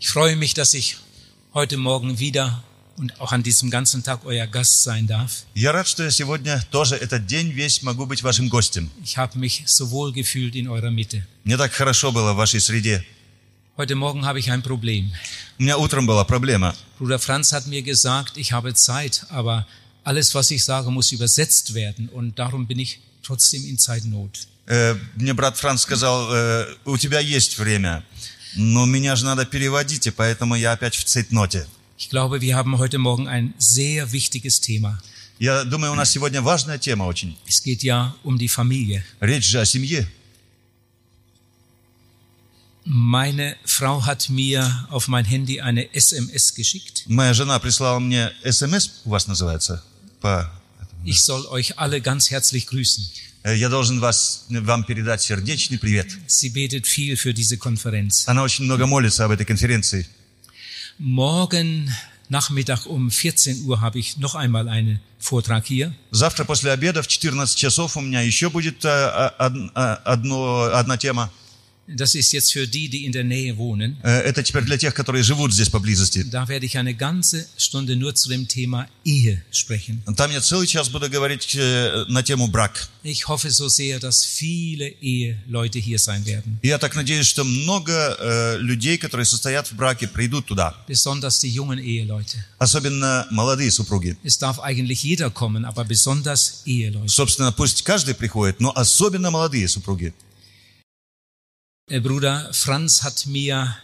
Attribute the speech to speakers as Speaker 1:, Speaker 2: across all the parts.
Speaker 1: Ich freue mich, dass ich heute Morgen wieder und auch an diesem ganzen Tag euer Gast sein darf.
Speaker 2: Я рад, что я сегодня тоже этот день весь могу быть вашим гостем.
Speaker 1: Ich habe mich so wohl gefühlt in eurer Mitte.
Speaker 2: Мне так хорошо было в вашей среде.
Speaker 1: Heute Morgen habe ich ein Problem.
Speaker 2: У меня утром была проблема.
Speaker 1: Bruder Franz hat mir gesagt, ich habe Zeit, aber alles, was ich sage, muss übersetzt werden und darum bin ich trotzdem in Zeitnot.
Speaker 2: Э, Мне брат Франц сказал, «Э, у тебя есть время, но меня же надо переводить, и поэтому я опять в цейтноте.
Speaker 1: Ich glaube, wir haben heute Morgen ein sehr wichtiges Thema.
Speaker 2: Я думаю, у нас сегодня важная тема очень.
Speaker 1: Es geht ja um die Familie.
Speaker 2: Речь же о семье.
Speaker 1: Meine Frau hat mir auf mein Handy eine SMS geschickt.
Speaker 2: Моя жена прислала мне СМС, у вас называется, по...
Speaker 1: Ich soll euch alle ganz herzlich grüßen.
Speaker 2: Э, Я должен вас, вам передать сердечный привет.
Speaker 1: Sie betet viel für diese Konferenz.
Speaker 2: Она очень много молится об этой конференции.
Speaker 1: Morgen Nachmittag um 14 Uhr habe ich noch einmal einen Vortrag hier.
Speaker 2: Завтра после обеда в 14 часов у меня еще будет э, а- од- а- одно- одна тема.
Speaker 1: Das ist jetzt für die, die in der Nähe wohnen.
Speaker 2: Э, Это теперь для тех, которые живут здесь поблизости.
Speaker 1: Da werde ich eine ganze Stunde nur zu dem Thema Ehe sprechen.
Speaker 2: Там я целый час буду говорить э, на тему брак.
Speaker 1: Ich hoffe so sehr, dass viele Eheleute hier sein werden.
Speaker 2: И я так надеюсь, что много э, людей, которые состоят в браке, придут туда.
Speaker 1: Besonders die jungen Eheleute.
Speaker 2: Особенно молодые супруги.
Speaker 1: Es darf eigentlich jeder kommen, aber besonders Eheleute.
Speaker 2: Собственно, пусть каждый приходит, но особенно молодые супруги.
Speaker 1: Äh, Bruder Franz hat mir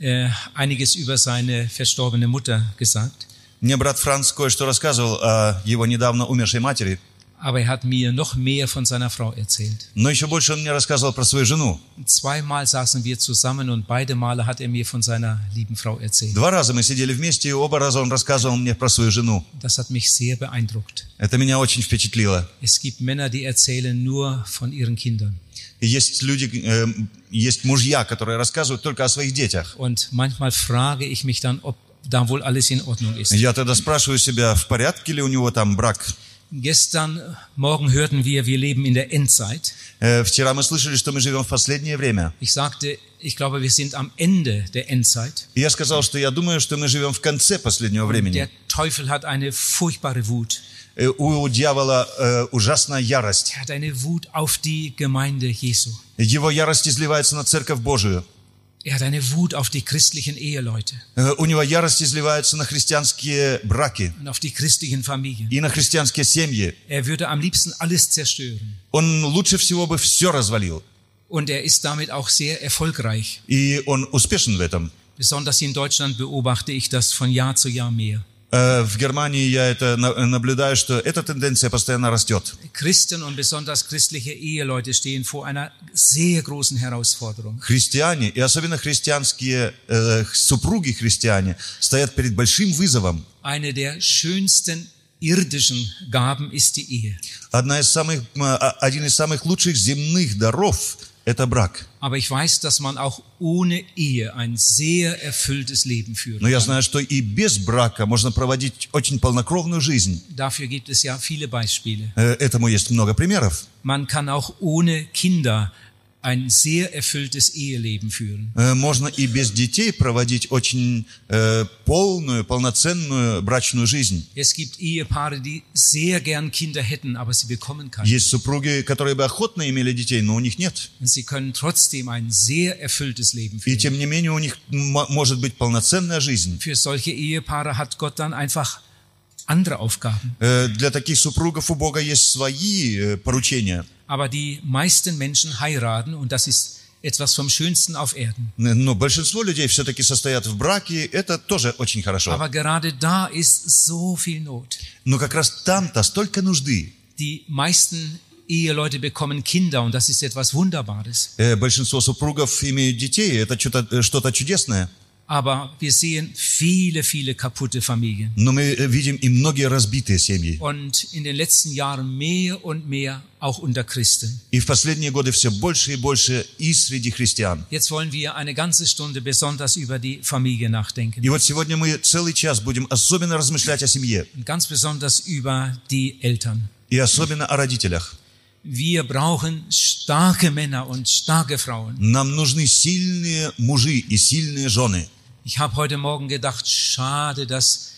Speaker 1: äh, einiges über seine verstorbene Mutter gesagt,
Speaker 2: Мне брат Франц кое-что рассказывал о его недавно умершей матери,
Speaker 1: aber er hat mir noch mehr von seiner Frau erzählt.
Speaker 2: но еще больше он мне рассказывал про свою жену.
Speaker 1: Zweimal saßen wir zusammen und beide Male hat er mir von seiner lieben Frau erzählt.
Speaker 2: Два раза мы сидели вместе, и оба раза он рассказывал мне про свою жену.
Speaker 1: Das hat mich sehr beeindruckt.
Speaker 2: Это меня очень впечатлило.
Speaker 1: Es gibt Männer, die erzählen nur von ihren Kindern.
Speaker 2: И Есть люди, э, есть мужья, которые рассказывают только о своих детях.
Speaker 1: Und manchmal frage ich mich dann, ob da wohl alles in Ordnung ist.
Speaker 2: Я тогда спрашиваю себя, в порядке ли у него там брак?
Speaker 1: Gestern Morgen hörten wir, wir leben in der Endzeit.
Speaker 2: Э, Вчера мы слышали, что мы живем в последнее время.
Speaker 1: Ich sagte, ich glaube, wir sind am Ende der Endzeit.
Speaker 2: И я сказал, что я думаю, что мы живем в конце последнего времени.
Speaker 1: Der Teufel hat eine furchtbare Wut.
Speaker 2: Э, У дьявола э, ужасная ярость.
Speaker 1: Er hat eine Wut auf die Gemeinde Jesu.
Speaker 2: Его ярость изливается на Церковь Божию.
Speaker 1: Er hat eine Wut auf die christlichen Eheleute
Speaker 2: Э, У него ярость изливается на христианские браки
Speaker 1: und auf die christlichen Familien.
Speaker 2: и на христианские семьи.
Speaker 1: Er würde am liebsten alles zerstören.
Speaker 2: Он лучше всего бы все развалил.
Speaker 1: Und er ist damit auch sehr erfolgreich.
Speaker 2: И он успешен в этом.
Speaker 1: Besonders in Deutschland beobachte ich das von Jahr zu Jahr mehr.
Speaker 2: Э, В Германии я это на- наблюдаю, что эта тенденция постоянно растет.
Speaker 1: Christen und besonders christliche Eheleute stehen vor einer sehr großen Herausforderung.
Speaker 2: Христиане, и особенно христианские э, супруги христиане, стоят перед большим вызовом.
Speaker 1: Eine der schönsten irdischen Gaben ist die Ehe.
Speaker 2: Одна из самых, м, а- один из самых лучших земных даров – это брак.
Speaker 1: Aber ich weiß, dass man auch ohne Ehe ein sehr erfülltes Leben führen
Speaker 2: Но я
Speaker 1: kann.
Speaker 2: знаю, что и без брака можно проводить очень полнокровную жизнь.
Speaker 1: Dafür gibt es ja viele Beispiele.
Speaker 2: Э, Этому есть много примеров.
Speaker 1: Man kann auch ohne Kinder ein sehr erfülltes Eheleben führen.
Speaker 2: Э, Можно и без детей проводить очень э, полную, полноценную брачную жизнь.
Speaker 1: Es gibt Ehepaare, die sehr gern Kinder hätten, aber sie bekommen keine.
Speaker 2: Есть супруги, которые бы охотно имели детей, но у них нет.
Speaker 1: Und sie können trotzdem ein sehr erfülltes Leben
Speaker 2: И
Speaker 1: führen.
Speaker 2: тем не менее у них м- может быть полноценная жизнь.
Speaker 1: Für solche Ehepaare hat Gott dann einfach andere Aufgaben.
Speaker 2: Э, Для таких супругов у Бога есть свои э, поручения.
Speaker 1: Aber die meisten Menschen heiraten und das ist etwas vom Schönsten auf Erden.
Speaker 2: Но большинство людей все-таки состоят в браке, это тоже очень хорошо.
Speaker 1: Aber gerade da ist so viel Not.
Speaker 2: Но как раз там-то столько нужды.
Speaker 1: Die meisten Eheleute bekommen Kinder und das ist etwas Wunderbares.
Speaker 2: Э, Большинство супругов имеют детей, это что-то, что-то чудесное.
Speaker 1: Aber wir sehen viele, viele kaputte Familien.
Speaker 2: Но мы э, видим и многие разбитые семьи.
Speaker 1: Und in den letzten Jahren mehr und mehr auch unter Christen.
Speaker 2: И в последние годы все больше и больше и среди христиан.
Speaker 1: Jetzt wollen wir eine ganze Stunde besonders über die Familie nachdenken.
Speaker 2: И вот сегодня мы целый час будем особенно размышлять о семье
Speaker 1: Und ganz besonders über die Eltern.
Speaker 2: и особенно о родителях.
Speaker 1: Wir brauchen starke Männer und starke Frauen.
Speaker 2: Нам нужны сильные мужи и сильные жены.
Speaker 1: Ich habe heute Morgen gedacht, schade, dass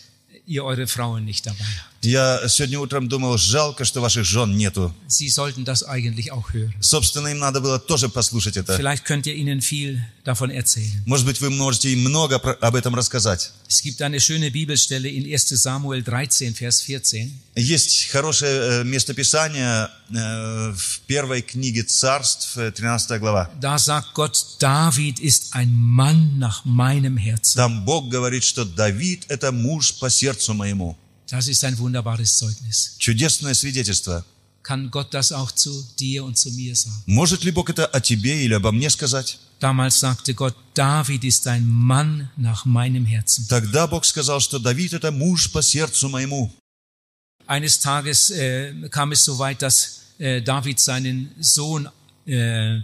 Speaker 1: ihr eure Frauen nicht dabei habt.
Speaker 2: Я сегодня утром думал, жалко, что ваших жен нету.
Speaker 1: Sie sollten das eigentlich auch hören.
Speaker 2: Собственно, им надо было тоже послушать это.
Speaker 1: Vielleicht könnt ihr ihnen viel davon erzählen.
Speaker 2: Может быть, вы можете им много про- об этом рассказать.
Speaker 1: Es gibt eine schöne Bibelstelle in 1 Samuel 13, Vers 14.
Speaker 2: Есть хорошее э, местописание э, в первой книге царств, э, 13 глава.
Speaker 1: Da sagt Gott, David ist ein Mann nach meinem Herzen.
Speaker 2: Там Бог говорит, что Давид – это муж по сердцу моему.
Speaker 1: Das ist ein wunderbares Zeugnis.
Speaker 2: Чудесное свидетельство.
Speaker 1: Kann Gott das auch zu dir und zu mir sagen?
Speaker 2: Может ли Бог это о тебе или обо мне сказать?
Speaker 1: Damals sagte Gott, David ist ein Mann nach meinem Herzen.
Speaker 2: Тогда Бог сказал, что Давид – это муж по сердцу моему.
Speaker 1: Eines Tages äh, kam es so weit, dass äh, David seinen Sohn äh, äh,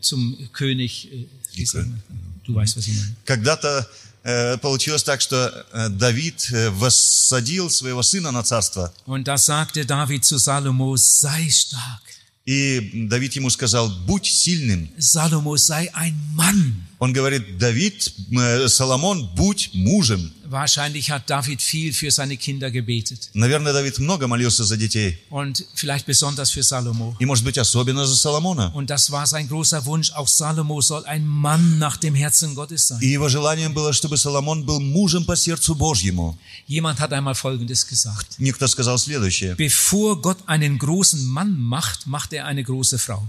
Speaker 1: zum König, äh, wie sagt man? du weißt, was ich meine.
Speaker 2: Когда-то э, получилось так, что э, Давид э, воссадил своего сына на царство.
Speaker 1: Und da sagte David zu Salomo, sei stark.
Speaker 2: И Давид ему сказал, будь сильным.
Speaker 1: Salomo sei ein Mann.
Speaker 2: Он говорит, Давид, э, Соломон, будь мужем.
Speaker 1: Wahrscheinlich hat David viel für seine Kinder gebetet
Speaker 2: Наверное, Давид много молился за детей.
Speaker 1: und vielleicht besonders für Salomo.
Speaker 2: И, может быть, особенно за Соломона.
Speaker 1: Und das war sein großer Wunsch. Auch Salomo soll ein Mann nach dem Herzen Gottes sein.
Speaker 2: И его желанием было, чтобы Соломон был мужем по сердцу Божьему.
Speaker 1: Jemand hat einmal Folgendes gesagt.
Speaker 2: Некто сказал следующее.
Speaker 1: Bevor Gott einen großen Mann macht, macht er eine große Frau.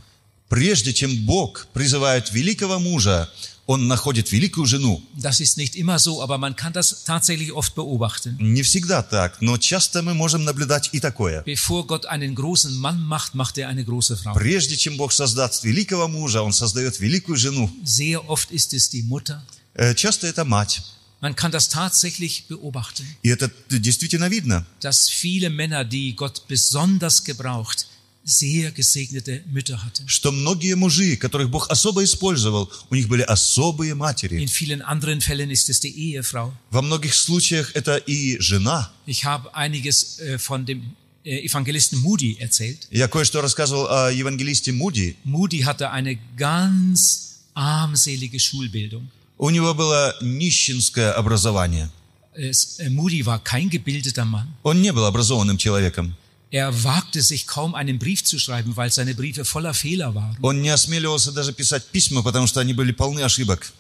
Speaker 2: Прежде чем Бог призывает великого мужа, он находит великую жену.
Speaker 1: Das ist nicht immer so, aber man kann das tatsächlich oft beobachten.
Speaker 2: Не всегда так, но часто мы можем наблюдать и такое.
Speaker 1: Bevor Gott einen großen Mann macht, macht er eine große Frau.
Speaker 2: Прежде чем Бог создаст великого мужа, он создает великую жену.
Speaker 1: Sehr oft ist es die Mutter.
Speaker 2: Э, Часто это мать.
Speaker 1: Man kann das tatsächlich beobachten,
Speaker 2: И это действительно видно.
Speaker 1: dass viele Männer, die Gott besonders gebraucht, sehr gesegnete Mütter hatten.
Speaker 2: Что многие мужи, которых Бог особо использовал, у них были особые матери.
Speaker 1: In vielen anderen Fällen ist es die Ehefrau.
Speaker 2: Во многих случаях это и жена.
Speaker 1: Ich habe einiges äh, von dem äh, Evangelisten Moody erzählt.
Speaker 2: Я кое-что рассказывал о евангелисте Муди.
Speaker 1: Moody hatte eine ganz armselige Schulbildung.
Speaker 2: У него было нищенское образование.
Speaker 1: Es, äh, Moody war kein gebildeter Mann.
Speaker 2: Он не был образованным человеком.
Speaker 1: Er wagte sich kaum einen Brief zu schreiben, weil seine Briefe voller Fehler waren.
Speaker 2: Он не осмеливался даже писать письма, потому что они были полны ошибок.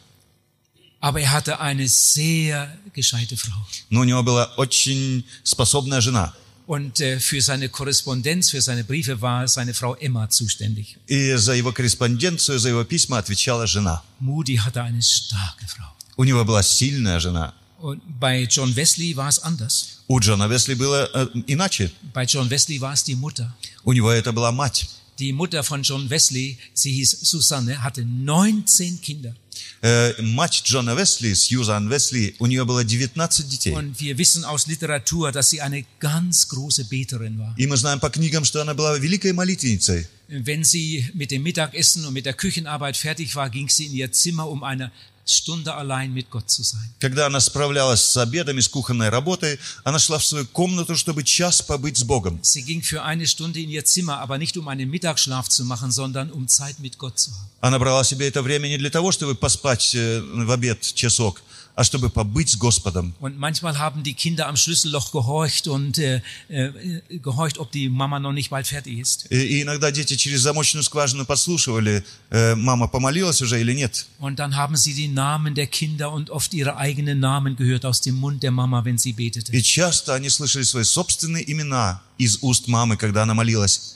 Speaker 1: Aber er hatte eine sehr gescheite Frau.
Speaker 2: Но у него была очень способная жена.
Speaker 1: Und äh, für seine Korrespondenz, für seine Briefe war seine Frau Emma zuständig.
Speaker 2: И за его корреспонденцию, за его письма отвечала жена.
Speaker 1: Moody hatte eine starke Frau.
Speaker 2: У него была сильная жена.
Speaker 1: Und bei John Wesley war es anders.
Speaker 2: У Джона Весли было э, иначе.
Speaker 1: Bei John Wesley war es die Mutter.
Speaker 2: У него это была мать.
Speaker 1: Die Mutter von John Wesley, sie hieß Susanne, hatte 19 Kinder.
Speaker 2: Э, мать Джона Весли, Сьюзан Весли, у нее было 19 детей.
Speaker 1: Und wir wissen aus Literatur, dass sie eine ganz große Beterin war.
Speaker 2: И мы знаем по книгам, что она была великой молитвенницей.
Speaker 1: Wenn sie mit dem Mittagessen und mit der Küchenarbeit fertig war, ging sie in ihr Zimmer, um eine Stunde allein mit Gott zu sein.
Speaker 2: Когда она справлялась с обедами, с кухонной работой, она шла в свою комнату, чтобы час побыть с Богом.
Speaker 1: Sie ging für eine Stunde in ihr Zimmer, aber nicht um einen Mittagsschlaf zu machen, sondern um Zeit mit Gott zu haben.
Speaker 2: Она брала себе это время не для того, чтобы поспать э, в обед часок, а чтобы побыть с Господом.
Speaker 1: Und manchmal haben die Kinder am Schlüsselloch gehorcht und äh, äh, gehorcht, ob die Mama noch nicht bald fertig ist.
Speaker 2: И, и иногда дети через замочную скважину подслушивали, э, мама помолилась уже или нет.
Speaker 1: Und dann haben sie die Namen der Kinder und oft ihre eigenen Namen gehört aus dem Mund der Mama, wenn sie betete.
Speaker 2: И часто они слышали свои собственные имена из уст мамы, когда она молилась.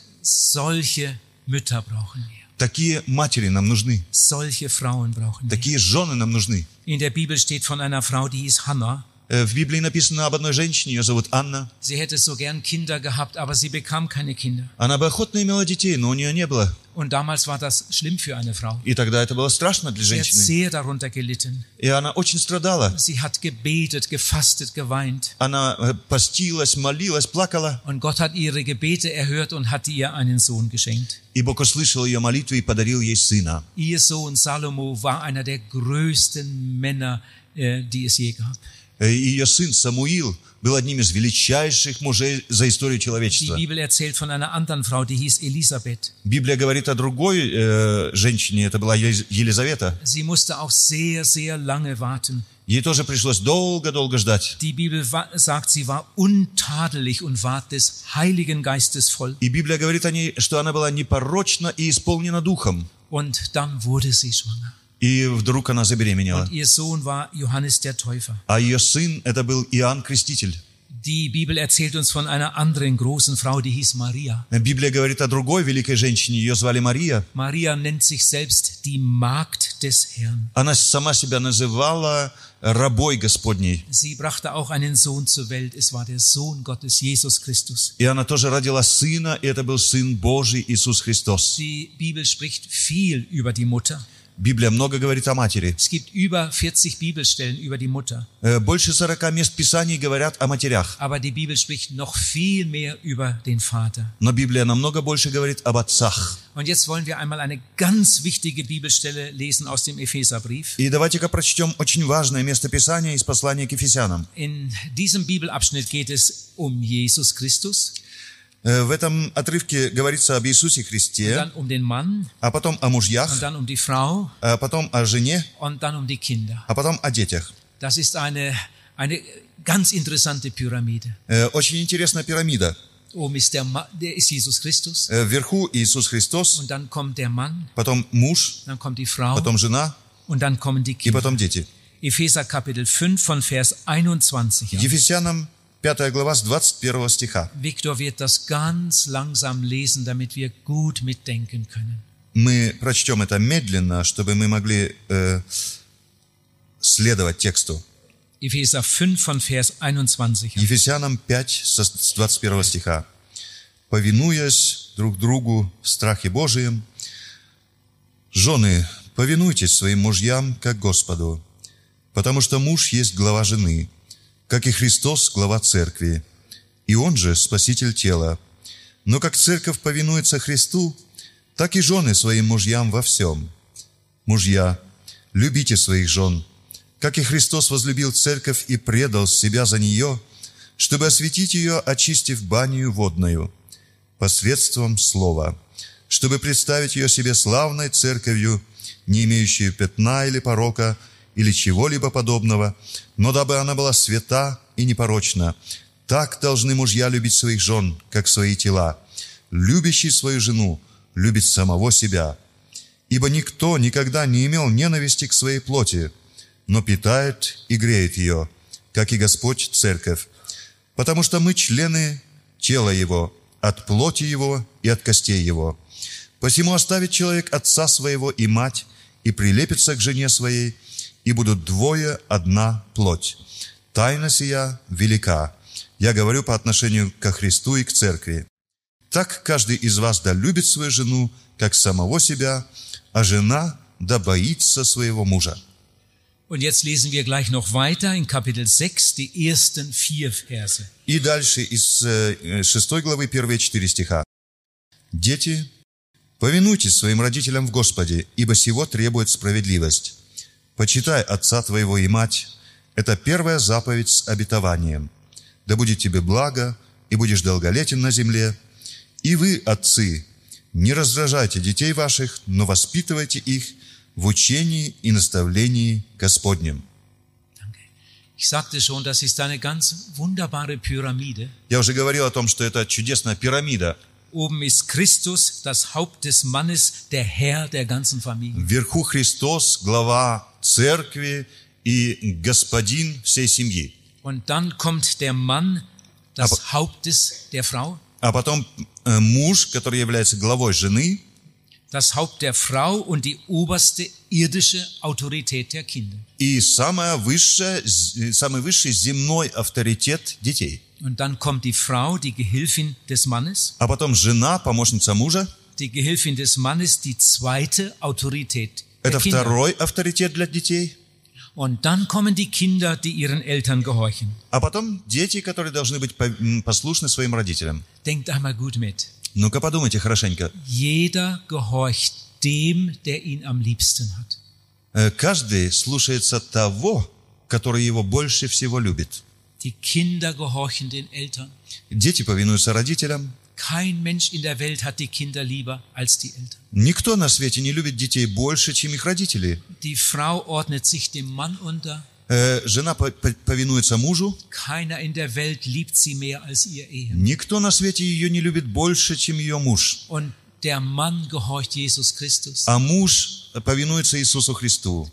Speaker 1: Solche Mütter brauchen wir.
Speaker 2: Такие матери нам нужны,
Speaker 1: Solche Frauen brauchen wir.
Speaker 2: такие жены нам нужны.
Speaker 1: In der Bibel steht von einer Frau, die hieß Hannah.
Speaker 2: Э, В Библии написано об одной женщине, ее зовут Анна.
Speaker 1: Sie hätte so gern Kinder gehabt, aber sie bekam keine Kinder.
Speaker 2: Она бы охотно имела детей, но у нее не было.
Speaker 1: Und damals war das schlimm für eine Frau.
Speaker 2: И тогда это было страшно для
Speaker 1: Sie hat
Speaker 2: женщины.
Speaker 1: sehr darunter gelitten.
Speaker 2: И она очень страдала.
Speaker 1: Sie hat gebetet, gefastet, geweint.
Speaker 2: Она э, постилась, молилась, плакала.
Speaker 1: Und Gott hat ihre Gebete erhört und hat ihr einen Sohn geschenkt.
Speaker 2: И Бог услышал ее молитву и подарил ей сына.
Speaker 1: Ihr Sohn Salomo war einer der größten Männer, äh, die es je gab.
Speaker 2: Э, э, ее сын Самуил был одним из величайших мужей за историю
Speaker 1: Die
Speaker 2: человечества.
Speaker 1: Bibel erzählt von einer anderen Frau, die hieß Elisabeth.
Speaker 2: Библия говорит о другой э, женщине, это была Ез- Елизавета.
Speaker 1: Sie musste auch sehr, sehr lange warten.
Speaker 2: Ей тоже пришлось долго-долго ждать.
Speaker 1: Die Bibel wa- sagt, sie war untadelig und war des Heiligen Geistes voll.
Speaker 2: И Библия говорит о ней, что она была непорочна и исполнена духом.
Speaker 1: Und dann wurde sie schwanger.
Speaker 2: И вдруг она забеременела.
Speaker 1: Und ihr Sohn war Johannes der Täufer.
Speaker 2: А ее сын, это был Иоанн Креститель.
Speaker 1: Die Bibel erzählt uns von einer anderen großen Frau, die hieß Maria.
Speaker 2: Библия говорит о другой великой женщине, ее звали Мария.
Speaker 1: Maria nennt sich selbst die Magd des Herrn.
Speaker 2: Она сама себя называла рабой Господней.
Speaker 1: Sie brachte auch einen Sohn zur Welt. Es war der Sohn Gottes, Jesus Christus.
Speaker 2: И она тоже родила сына, и это был Сын Божий Иисус Христос.
Speaker 1: Die Bibel spricht viel über die Mutter.
Speaker 2: Библия много говорит о матери.
Speaker 1: Es gibt über 40 Bibelstellen über die Mutter.
Speaker 2: Э, Больше 40 мест Писаний говорят о матерях.
Speaker 1: Aber die Bibel spricht noch viel mehr über den Vater.
Speaker 2: Но Библия намного больше говорит об отцах.
Speaker 1: Und jetzt wollen wir einmal eine ganz wichtige Bibelstelle lesen aus dem Epheserbrief.
Speaker 2: И давайте-ка прочтем очень важное место Писания из послания к Ефесянам.
Speaker 1: In diesem Bibelabschnitt geht es um Jesus Christus,
Speaker 2: Э, В этом отрывке говорится об Иисусе Христе,
Speaker 1: dann um den Mann
Speaker 2: а потом о
Speaker 1: und
Speaker 2: мужьях,
Speaker 1: dann um die Frau
Speaker 2: а потом о жене,
Speaker 1: und dann um die Kinder.
Speaker 2: а потом о детях.
Speaker 1: Das ist eine, eine ganz interessante Pyramide.
Speaker 2: Э, Очень интересная пирамида.
Speaker 1: Oben ist, der Ma der ist Jesus Christus
Speaker 2: Э, Вверху Иисус Христос,
Speaker 1: und dann kommt der Mann,
Speaker 2: потом муж,
Speaker 1: dann kommt die Frau
Speaker 2: потом жена
Speaker 1: und dann kommen die
Speaker 2: и
Speaker 1: Kinder.
Speaker 2: потом дети.
Speaker 1: Epheser Kapitel 5 von Vers 21. an.
Speaker 2: Ефесянам 5 глава с 21 стиха.
Speaker 1: Viktor wird das ganz langsam lesen, damit wir gut mitdenken können.
Speaker 2: Мы прочтем это медленно, чтобы мы могли э, следовать тексту.
Speaker 1: Epheser 5 von Vers 21. an.
Speaker 2: Ефесянам 5 со- с 21 стиха. «Повинуясь друг другу в страхе Божием, жены, повинуйтесь своим мужьям, как Господу, потому что муж есть глава жены, как и Христос – глава церкви, и он же – спаситель тела. Но как церковь повинуется Христу, так и жены своим мужьям во всем. Мужья, любите своих жен, как и Христос возлюбил церковь и предал себя за нее, чтобы осветить ее, очистив баню водную, посредством слова, чтобы представить ее себе славной церковью, не имеющей пятна или порока, или чего-либо подобного, но дабы она была свята и непорочна. Так должны мужья любить своих жен, как свои тела. Любящий свою жену любит самого себя – Ибо никто никогда не имел ненависти к своей плоти, но питает и греет ее, как и Господь Церковь. Потому что мы члены тела Его, от плоти Его и от костей Его. Посему оставит человек отца своего и мать, и прилепится к жене своей, и будут двое одна плоть. Тайна сия велика. Я говорю по отношению ко Христу и к Церкви. Так каждый из вас да любит свою жену, как самого себя, а жена да боится своего мужа.
Speaker 1: Und jetzt lesen wir gleich noch weiter in Kapitel 6 die ersten vier Verse.
Speaker 2: И дальше из 6 главы первые четыре стиха. «Дети, повинуйтесь своим родителям в Господе, ибо сего требует справедливость. Почитай отца твоего и мать. Это первая заповедь с обетованием. Да будет тебе благо, и будешь долголетен на земле. И вы, отцы, не раздражайте детей ваших, но воспитывайте их в учении и наставлении Господнем».
Speaker 1: Danke. Ich sagte schon, das ist eine ganz wunderbare Pyramide.
Speaker 2: Я уже говорил о том, что это чудесная пирамида –
Speaker 1: Oben ist Christus, das Haupt des Mannes, der Herr der ganzen Familie.
Speaker 2: Вверху Христос, глава церкви и господин всей семьи.
Speaker 1: Und dann kommt der Mann, das Haupt des, der Frau,
Speaker 2: А потом э, муж, который является главой жены,
Speaker 1: das Haupt der Frau und die oberste irdische Autorität der Kinder.
Speaker 2: и самая высшая, з- самый высший земной авторитет детей.
Speaker 1: Und dann kommt die Frau, die Gehilfin des Mannes,
Speaker 2: А потом жена, помощница мужа,
Speaker 1: die Gehilfin des Mannes, die zweite Autorität der
Speaker 2: это
Speaker 1: Kinder.
Speaker 2: второй авторитет для детей.
Speaker 1: Und dann kommen die Kinder, die ihren Eltern gehorchen.
Speaker 2: А потом дети, которые должны быть по- м, послушны своим родителям.
Speaker 1: Denkt einmal gut mit.
Speaker 2: Ну-ка подумайте хорошенько.
Speaker 1: Jeder gehorcht dem, der ihn am liebsten hat.
Speaker 2: Э, Каждый слушается того, который его больше всего любит.
Speaker 1: Die Kinder gehorchen den Eltern.
Speaker 2: Дети повинуются родителям.
Speaker 1: Kein Mensch in der Welt hat die Kinder lieber als die Eltern.
Speaker 2: Никто на свете не любит детей больше, чем их родители.
Speaker 1: Die Frau ordnet sich dem Mann unter.
Speaker 2: Э, жена по- по- повинуется мужу.
Speaker 1: Keiner in der Welt liebt sie mehr als ihr Ehemann.
Speaker 2: Никто на свете ее не любит больше, чем ее муж.
Speaker 1: Und der Mann gehorcht Jesus Christus.
Speaker 2: А муж повинуется Иисусу Христу.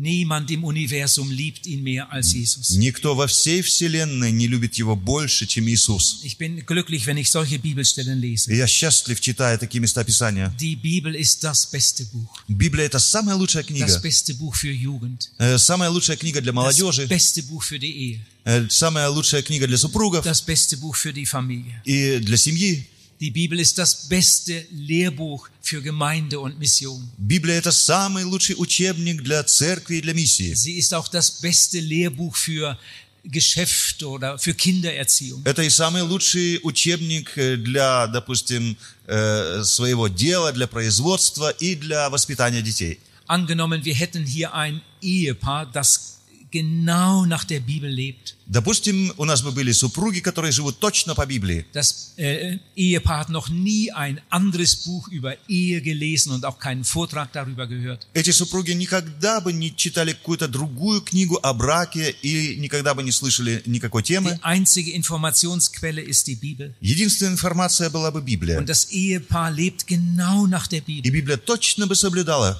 Speaker 1: Niemand im Universum liebt ihn mehr als Jesus.
Speaker 2: Никто во всей вселенной не любит его больше, чем Иисус.
Speaker 1: Ich bin glücklich, wenn ich solche Bibelstellen
Speaker 2: И
Speaker 1: lese.
Speaker 2: я счастлив, читая такие места Писания.
Speaker 1: Die Bibel ist das beste Buch.
Speaker 2: Библия – это самая лучшая
Speaker 1: Das
Speaker 2: книга.
Speaker 1: beste Буch für Jugend.
Speaker 2: Э, Самая лучшая книга для
Speaker 1: Das
Speaker 2: молодежи.
Speaker 1: beste Buch für die Ehe.
Speaker 2: Э, Самая лучшая книга для супругов
Speaker 1: Das beste Buch für die Familie.
Speaker 2: и для семьи.
Speaker 1: Die Bibel ist das beste Lehrbuch für Gemeinde und Mission.
Speaker 2: Библия – это самый лучший учебник для церкви и для миссии.
Speaker 1: Sie ist auch das beste Lehrbuch für Geschäft oder für Kindererziehung.
Speaker 2: Это и самый лучший учебник э, для, допустим, э, своего дела, для производства и для воспитания детей.
Speaker 1: Angenommen, wir hätten hier ein Ehepaar, das genau nach der Bibel lebt.
Speaker 2: Допустим, у нас бы были супруги, которые живут точно по Библии.
Speaker 1: Das äh, Ehepaar hat noch nie ein anderes Buch über Ehe gelesen und auch keinen Vortrag darüber gehört.
Speaker 2: Эти супруги никогда бы не читали какую-то другую книгу о браке и никогда бы не слышали никакой темы.
Speaker 1: Die einzige Informationsquelle ist die Bibel.
Speaker 2: Единственная информация была бы Библия.
Speaker 1: Und das Ehepaar lebt genau nach der
Speaker 2: И
Speaker 1: Bibel.
Speaker 2: Библия точно бы соблюдала,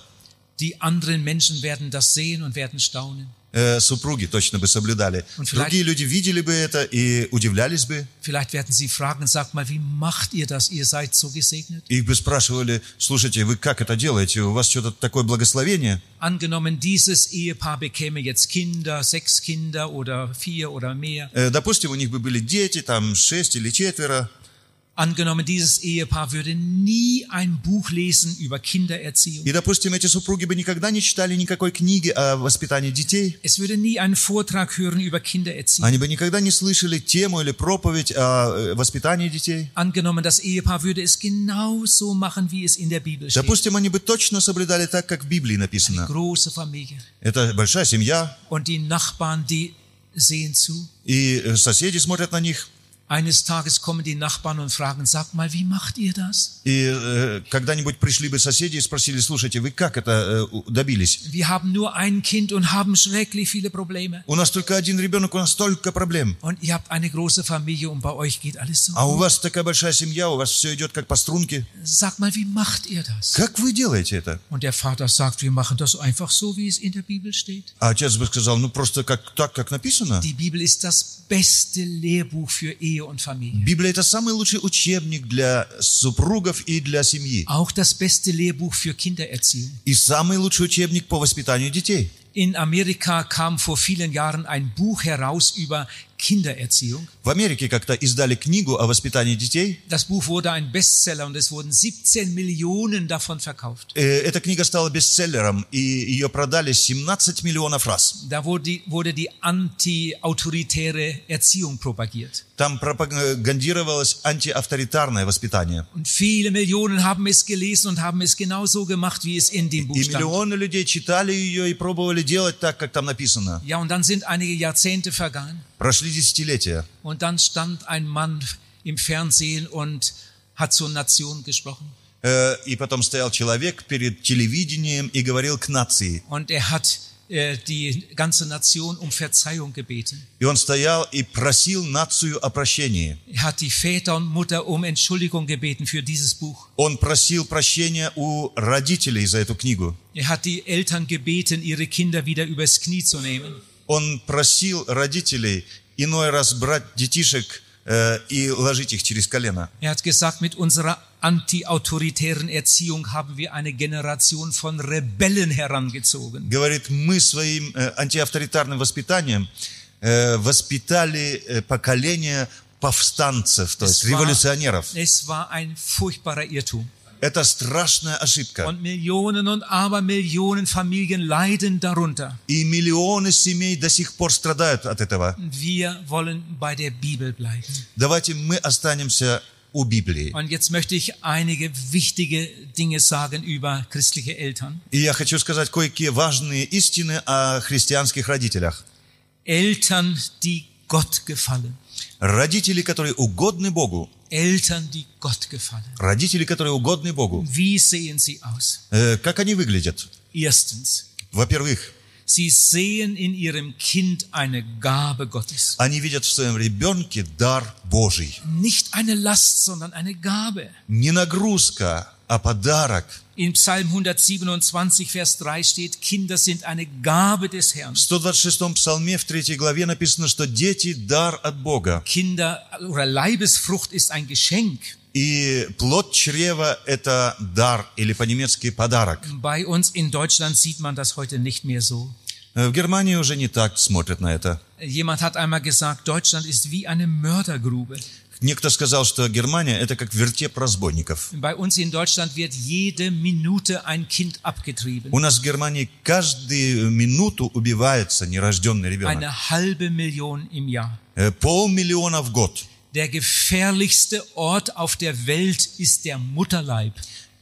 Speaker 1: Die anderen Menschen werden das sehen und werden staunen.
Speaker 2: э, супруги точно бы соблюдали.
Speaker 1: Und vielleicht-
Speaker 2: Другие люди видели бы это и удивлялись бы.
Speaker 1: Vielleicht werden sie fragen, sagt mal, wie macht ihr das? Ihr seid so gesegnet.
Speaker 2: Их бы спрашивали, слушайте, вы как это делаете? У вас что-то такое благословение?
Speaker 1: Angenommen, dieses Ehepaar bekäme jetzt Kinder, sechs Kinder oder vier oder mehr.
Speaker 2: Э, Допустим, у них бы были дети, там шесть или четверо.
Speaker 1: Angenommen, dieses Ehepaar würde nie ein Buch lesen über Kindererziehung.
Speaker 2: И, допустим, эти супруги бы никогда не читали никакой книги о воспитании детей.
Speaker 1: Es würde nie einen Vortrag hören über Kindererziehung.
Speaker 2: Они бы никогда не слышали тему или проповедь о э, воспитании детей.
Speaker 1: Angenommen, das Ehepaar würde es genau so machen, wie es in der Bibel steht.
Speaker 2: Допустим, они бы точно соблюдали так, как в Библии написано.
Speaker 1: Große Familie.
Speaker 2: Это большая семья,
Speaker 1: Und die Nachbarn, die sehen zu.
Speaker 2: и э, соседи смотрят на них.
Speaker 1: Eines Tages kommen die Nachbarn und fragen, sag mal, wie macht ihr das?
Speaker 2: И э, когда-нибудь пришли бы соседи и спросили, слушайте, вы как это э, у- добились?
Speaker 1: Wir haben nur ein Kind und haben schrecklich viele Probleme.
Speaker 2: У нас только один ребенок, у нас столько проблем.
Speaker 1: Und ihr habt eine große Familie und bei euch geht alles so.
Speaker 2: А
Speaker 1: Gut.
Speaker 2: у вас такая большая семья, у вас все идет как по струнке.
Speaker 1: Sag mal, wie macht ihr das?
Speaker 2: Как вы делаете это?
Speaker 1: Und der Vater sagt, wir machen das einfach so, wie es in der Bibel steht.
Speaker 2: А отец бы сказал, ну просто как, так, как написано.
Speaker 1: Die Bibel ist das beste Lehrbuch für Ehe und Familie.
Speaker 2: Библия – это самый лучший учебник для супругов и для семьи.
Speaker 1: Auch das beste Lehrbuch für Kindererziehung.
Speaker 2: И самый лучший учебник по воспитанию детей.
Speaker 1: In Amerika kam vor vielen Jahren ein Buch heraus über Kindererziehung.
Speaker 2: В Америке как-то издали книгу о воспитании детей.
Speaker 1: Das Buch wurde ein Bestseller und es wurden 17 Millionen davon verkauft.
Speaker 2: Э, Эта книга стала бестселлером, и ее продали 17 миллионов раз.
Speaker 1: Da wurde die, wurde die anti-autoritäre Erziehung propagiert.
Speaker 2: Там пропагандировалось антиавторитарное воспитание.
Speaker 1: Und viele Millionen haben es gelesen und haben es genau so gemacht, wie es in dem Buch
Speaker 2: И
Speaker 1: stand.
Speaker 2: миллионы людей читали ее и пробовали делать так, как там написано.
Speaker 1: Ja, und dann sind einige Jahrzehnte vergangen
Speaker 2: Прошли десятилетия.
Speaker 1: und dann stand ein Mann im Fernsehen und hat zur Nation gesprochen.
Speaker 2: Э, И потом стоял человек перед телевидением и говорил к нации.
Speaker 1: Und er hat äh, die ganze Nation um Verzeihung gebeten.
Speaker 2: И он стоял и просил нацию о прощении.
Speaker 1: Er hat die Väter und Mutter um Entschuldigung gebeten für dieses Buch.
Speaker 2: Он просил прощения у родителей за эту книгу.
Speaker 1: Er hat die Eltern gebeten, ihre Kinder wieder übers Knie zu nehmen.
Speaker 2: Он просил родителей иной раз брать детишек э, и ложить их через колено.
Speaker 1: Er hat gesagt, mit unserer antiautoritären Erziehung haben wir eine Generation von Rebellen herangezogen.
Speaker 2: Говорит, мы своим э, антиавторитарным воспитанием э, воспитали э, поколение повстанцев, то
Speaker 1: Es
Speaker 2: есть
Speaker 1: war-
Speaker 2: революционеров.
Speaker 1: Es war ein furchtbarer Irrtum.
Speaker 2: Это страшная ошибка.
Speaker 1: Und Millionen und Abermillionen Familien leiden darunter.
Speaker 2: И миллионы семей до сих пор страдают от этого.
Speaker 1: Wir wollen bei der Bibel bleiben.
Speaker 2: Давайте мы останемся у Библии.
Speaker 1: Und jetzt möchte ich einige wichtige Dinge sagen über christliche Eltern.
Speaker 2: И я хочу сказать кое-какие важные истины о христианских родителях.
Speaker 1: Eltern, die Gott gefallen.
Speaker 2: Родители, которые угодны Богу,
Speaker 1: Eltern, die Gott gefallen.
Speaker 2: родители, которые угодны Богу,
Speaker 1: Wie sehen sie aus?
Speaker 2: э, как они выглядят?
Speaker 1: Erstens,
Speaker 2: Во-первых,
Speaker 1: sie sehen in ihrem Kind eine Gabe Gottes.
Speaker 2: они видят в своем ребенке дар Божий.
Speaker 1: Nicht eine Last, sondern eine Gabe.
Speaker 2: Не нагрузка, а подарок.
Speaker 1: In Psalm 127, Vers 3 steht, Kinder sind eine Gabe des Herrn.
Speaker 2: В 126-м псалме в 3 главе написано, что дети – дар от Бога.
Speaker 1: Kinder oder Leibesfrucht ist ein Geschenk.
Speaker 2: И плод чрева – это дар, или по-немецки подарок.
Speaker 1: Bei uns in Deutschland sieht man das heute nicht mehr so.
Speaker 2: Э, В Германии уже не так смотрят на это.
Speaker 1: Jemand hat einmal gesagt, Deutschland ist wie eine Mördergrube.
Speaker 2: Некто сказал, что Германия – это как вертеп разбойников.
Speaker 1: Bei uns in Deutschland wird jede Minute ein Kind abgetrieben.
Speaker 2: У нас в Германии каждую минуту убивается нерожденный ребенок.
Speaker 1: Eine halbe Million im Jahr.
Speaker 2: Э, Полмиллиона в год.
Speaker 1: Der gefährlichste Ort auf der Welt ist der Mutterleib.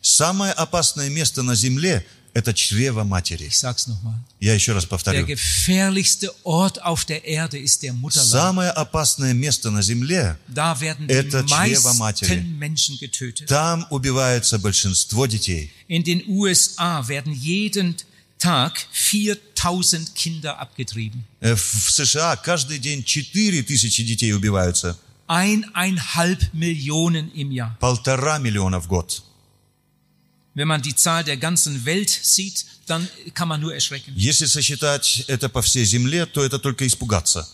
Speaker 2: Самое опасное место на земле – это чрево матери.
Speaker 1: Ich sag's nochmal.
Speaker 2: Я еще раз
Speaker 1: Der
Speaker 2: повторю.
Speaker 1: gefährlichste Ort auf der Erde ist der Mutterleib.
Speaker 2: Самое опасное место на земле
Speaker 1: Da werden
Speaker 2: Это
Speaker 1: die
Speaker 2: чрево матери.
Speaker 1: meisten Menschen getötet.
Speaker 2: Там убивается большинство детей.
Speaker 1: In den USA werden jeden Tag 4000 Kinder abgetrieben.
Speaker 2: Э, В США каждый день 4 тысячи детей убиваются.
Speaker 1: Eineinhalb Millionen im Jahr.
Speaker 2: Полтора миллиона в год.
Speaker 1: Wenn man die Zahl der ganzen Welt sieht, dann kann man nur erschrecken.
Speaker 2: Если сосчитать это по всей земле, то это только испугаться.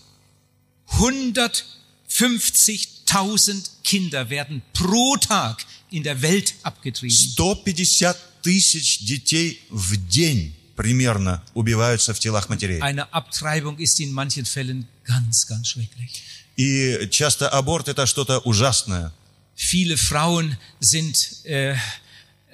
Speaker 1: 150.000 Kinder werden pro Tag in der Welt abgetrieben.
Speaker 2: 150 тысяч детей в день примерно убиваются в телах матерей.
Speaker 1: Eine Abtreibung ist in manchen Fällen ganz, ganz schrecklich.
Speaker 2: И часто аборт – это что-то ужасное.
Speaker 1: Viele Frauen sind, äh,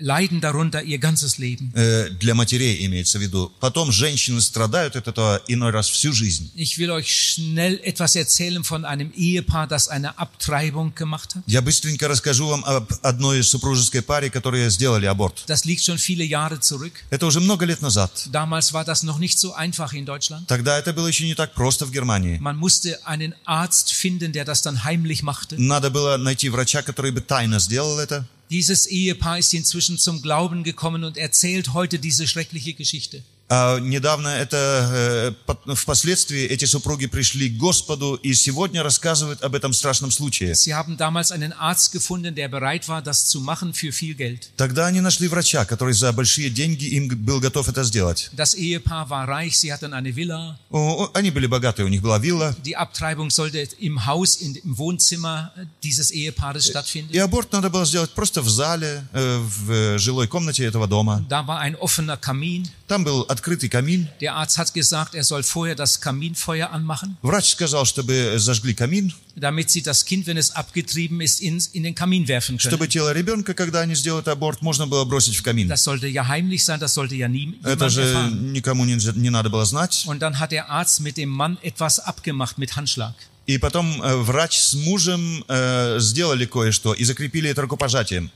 Speaker 1: leiden darunter ihr ganzes Leben.
Speaker 2: Э, Для матерей имеется в виду. Потом женщины страдают от этого иной раз всю жизнь.
Speaker 1: Ich will euch schnell etwas erzählen von einem Ehepaar, das eine Abtreibung gemacht hat.
Speaker 2: Я быстренько расскажу вам об одной супружеской паре, которые сделали аборт.
Speaker 1: Das liegt schon viele Jahre zurück.
Speaker 2: Это уже много лет назад.
Speaker 1: Damals war das noch nicht so einfach in Deutschland.
Speaker 2: Тогда это было еще не так просто в Германии.
Speaker 1: Man musste einen Arzt finden, der das dann heimlich machte.
Speaker 2: Надо было найти врача, который бы тайно сделал это.
Speaker 1: Dieses Ehepaar ist inzwischen zum Glauben gekommen und erzählt heute diese schreckliche Geschichte.
Speaker 2: А недавно это, э, пот- впоследствии эти супруги пришли к Господу и сегодня рассказывают об этом страшном случае.
Speaker 1: Sie haben damals einen Arzt gefunden, der bereit war, das zu machen für viel Geld.
Speaker 2: Тогда они нашли врача, который за большие деньги им г- был готов это сделать.
Speaker 1: Das Ehepaar war reich, sie hatten eine Villa.
Speaker 2: О, о, Они были богаты, у них была вилла.
Speaker 1: Die Abtreibung sollte im Haus, in, im Wohnzimmer äh, dieses Ehepaares stattfinden.
Speaker 2: И аборт надо было сделать просто в зале, э, в э, жилой комнате этого дома.
Speaker 1: Da war ein offener Kamin.
Speaker 2: Там был открытый камин.
Speaker 1: Der Arzt hat gesagt, er soll vorher das Kaminfeuer anmachen,
Speaker 2: Врач сказал, чтобы зажгли камин,
Speaker 1: damit sie das Kind, wenn es abgetrieben ist, in, in den Kamin werfen können.
Speaker 2: чтобы тело ребенка, когда они сделают аборт, можно было бросить в камин.
Speaker 1: Das sollte ja heimlich sein, das sollte ja nie, niemand
Speaker 2: Это же
Speaker 1: erfahren.
Speaker 2: никому не, не надо было знать.
Speaker 1: Und dann hat der Arzt mit dem Mann etwas abgemacht mit Handschlag.
Speaker 2: И потом э, врач с мужем э, сделали кое-что и закрепили это рукопожатием.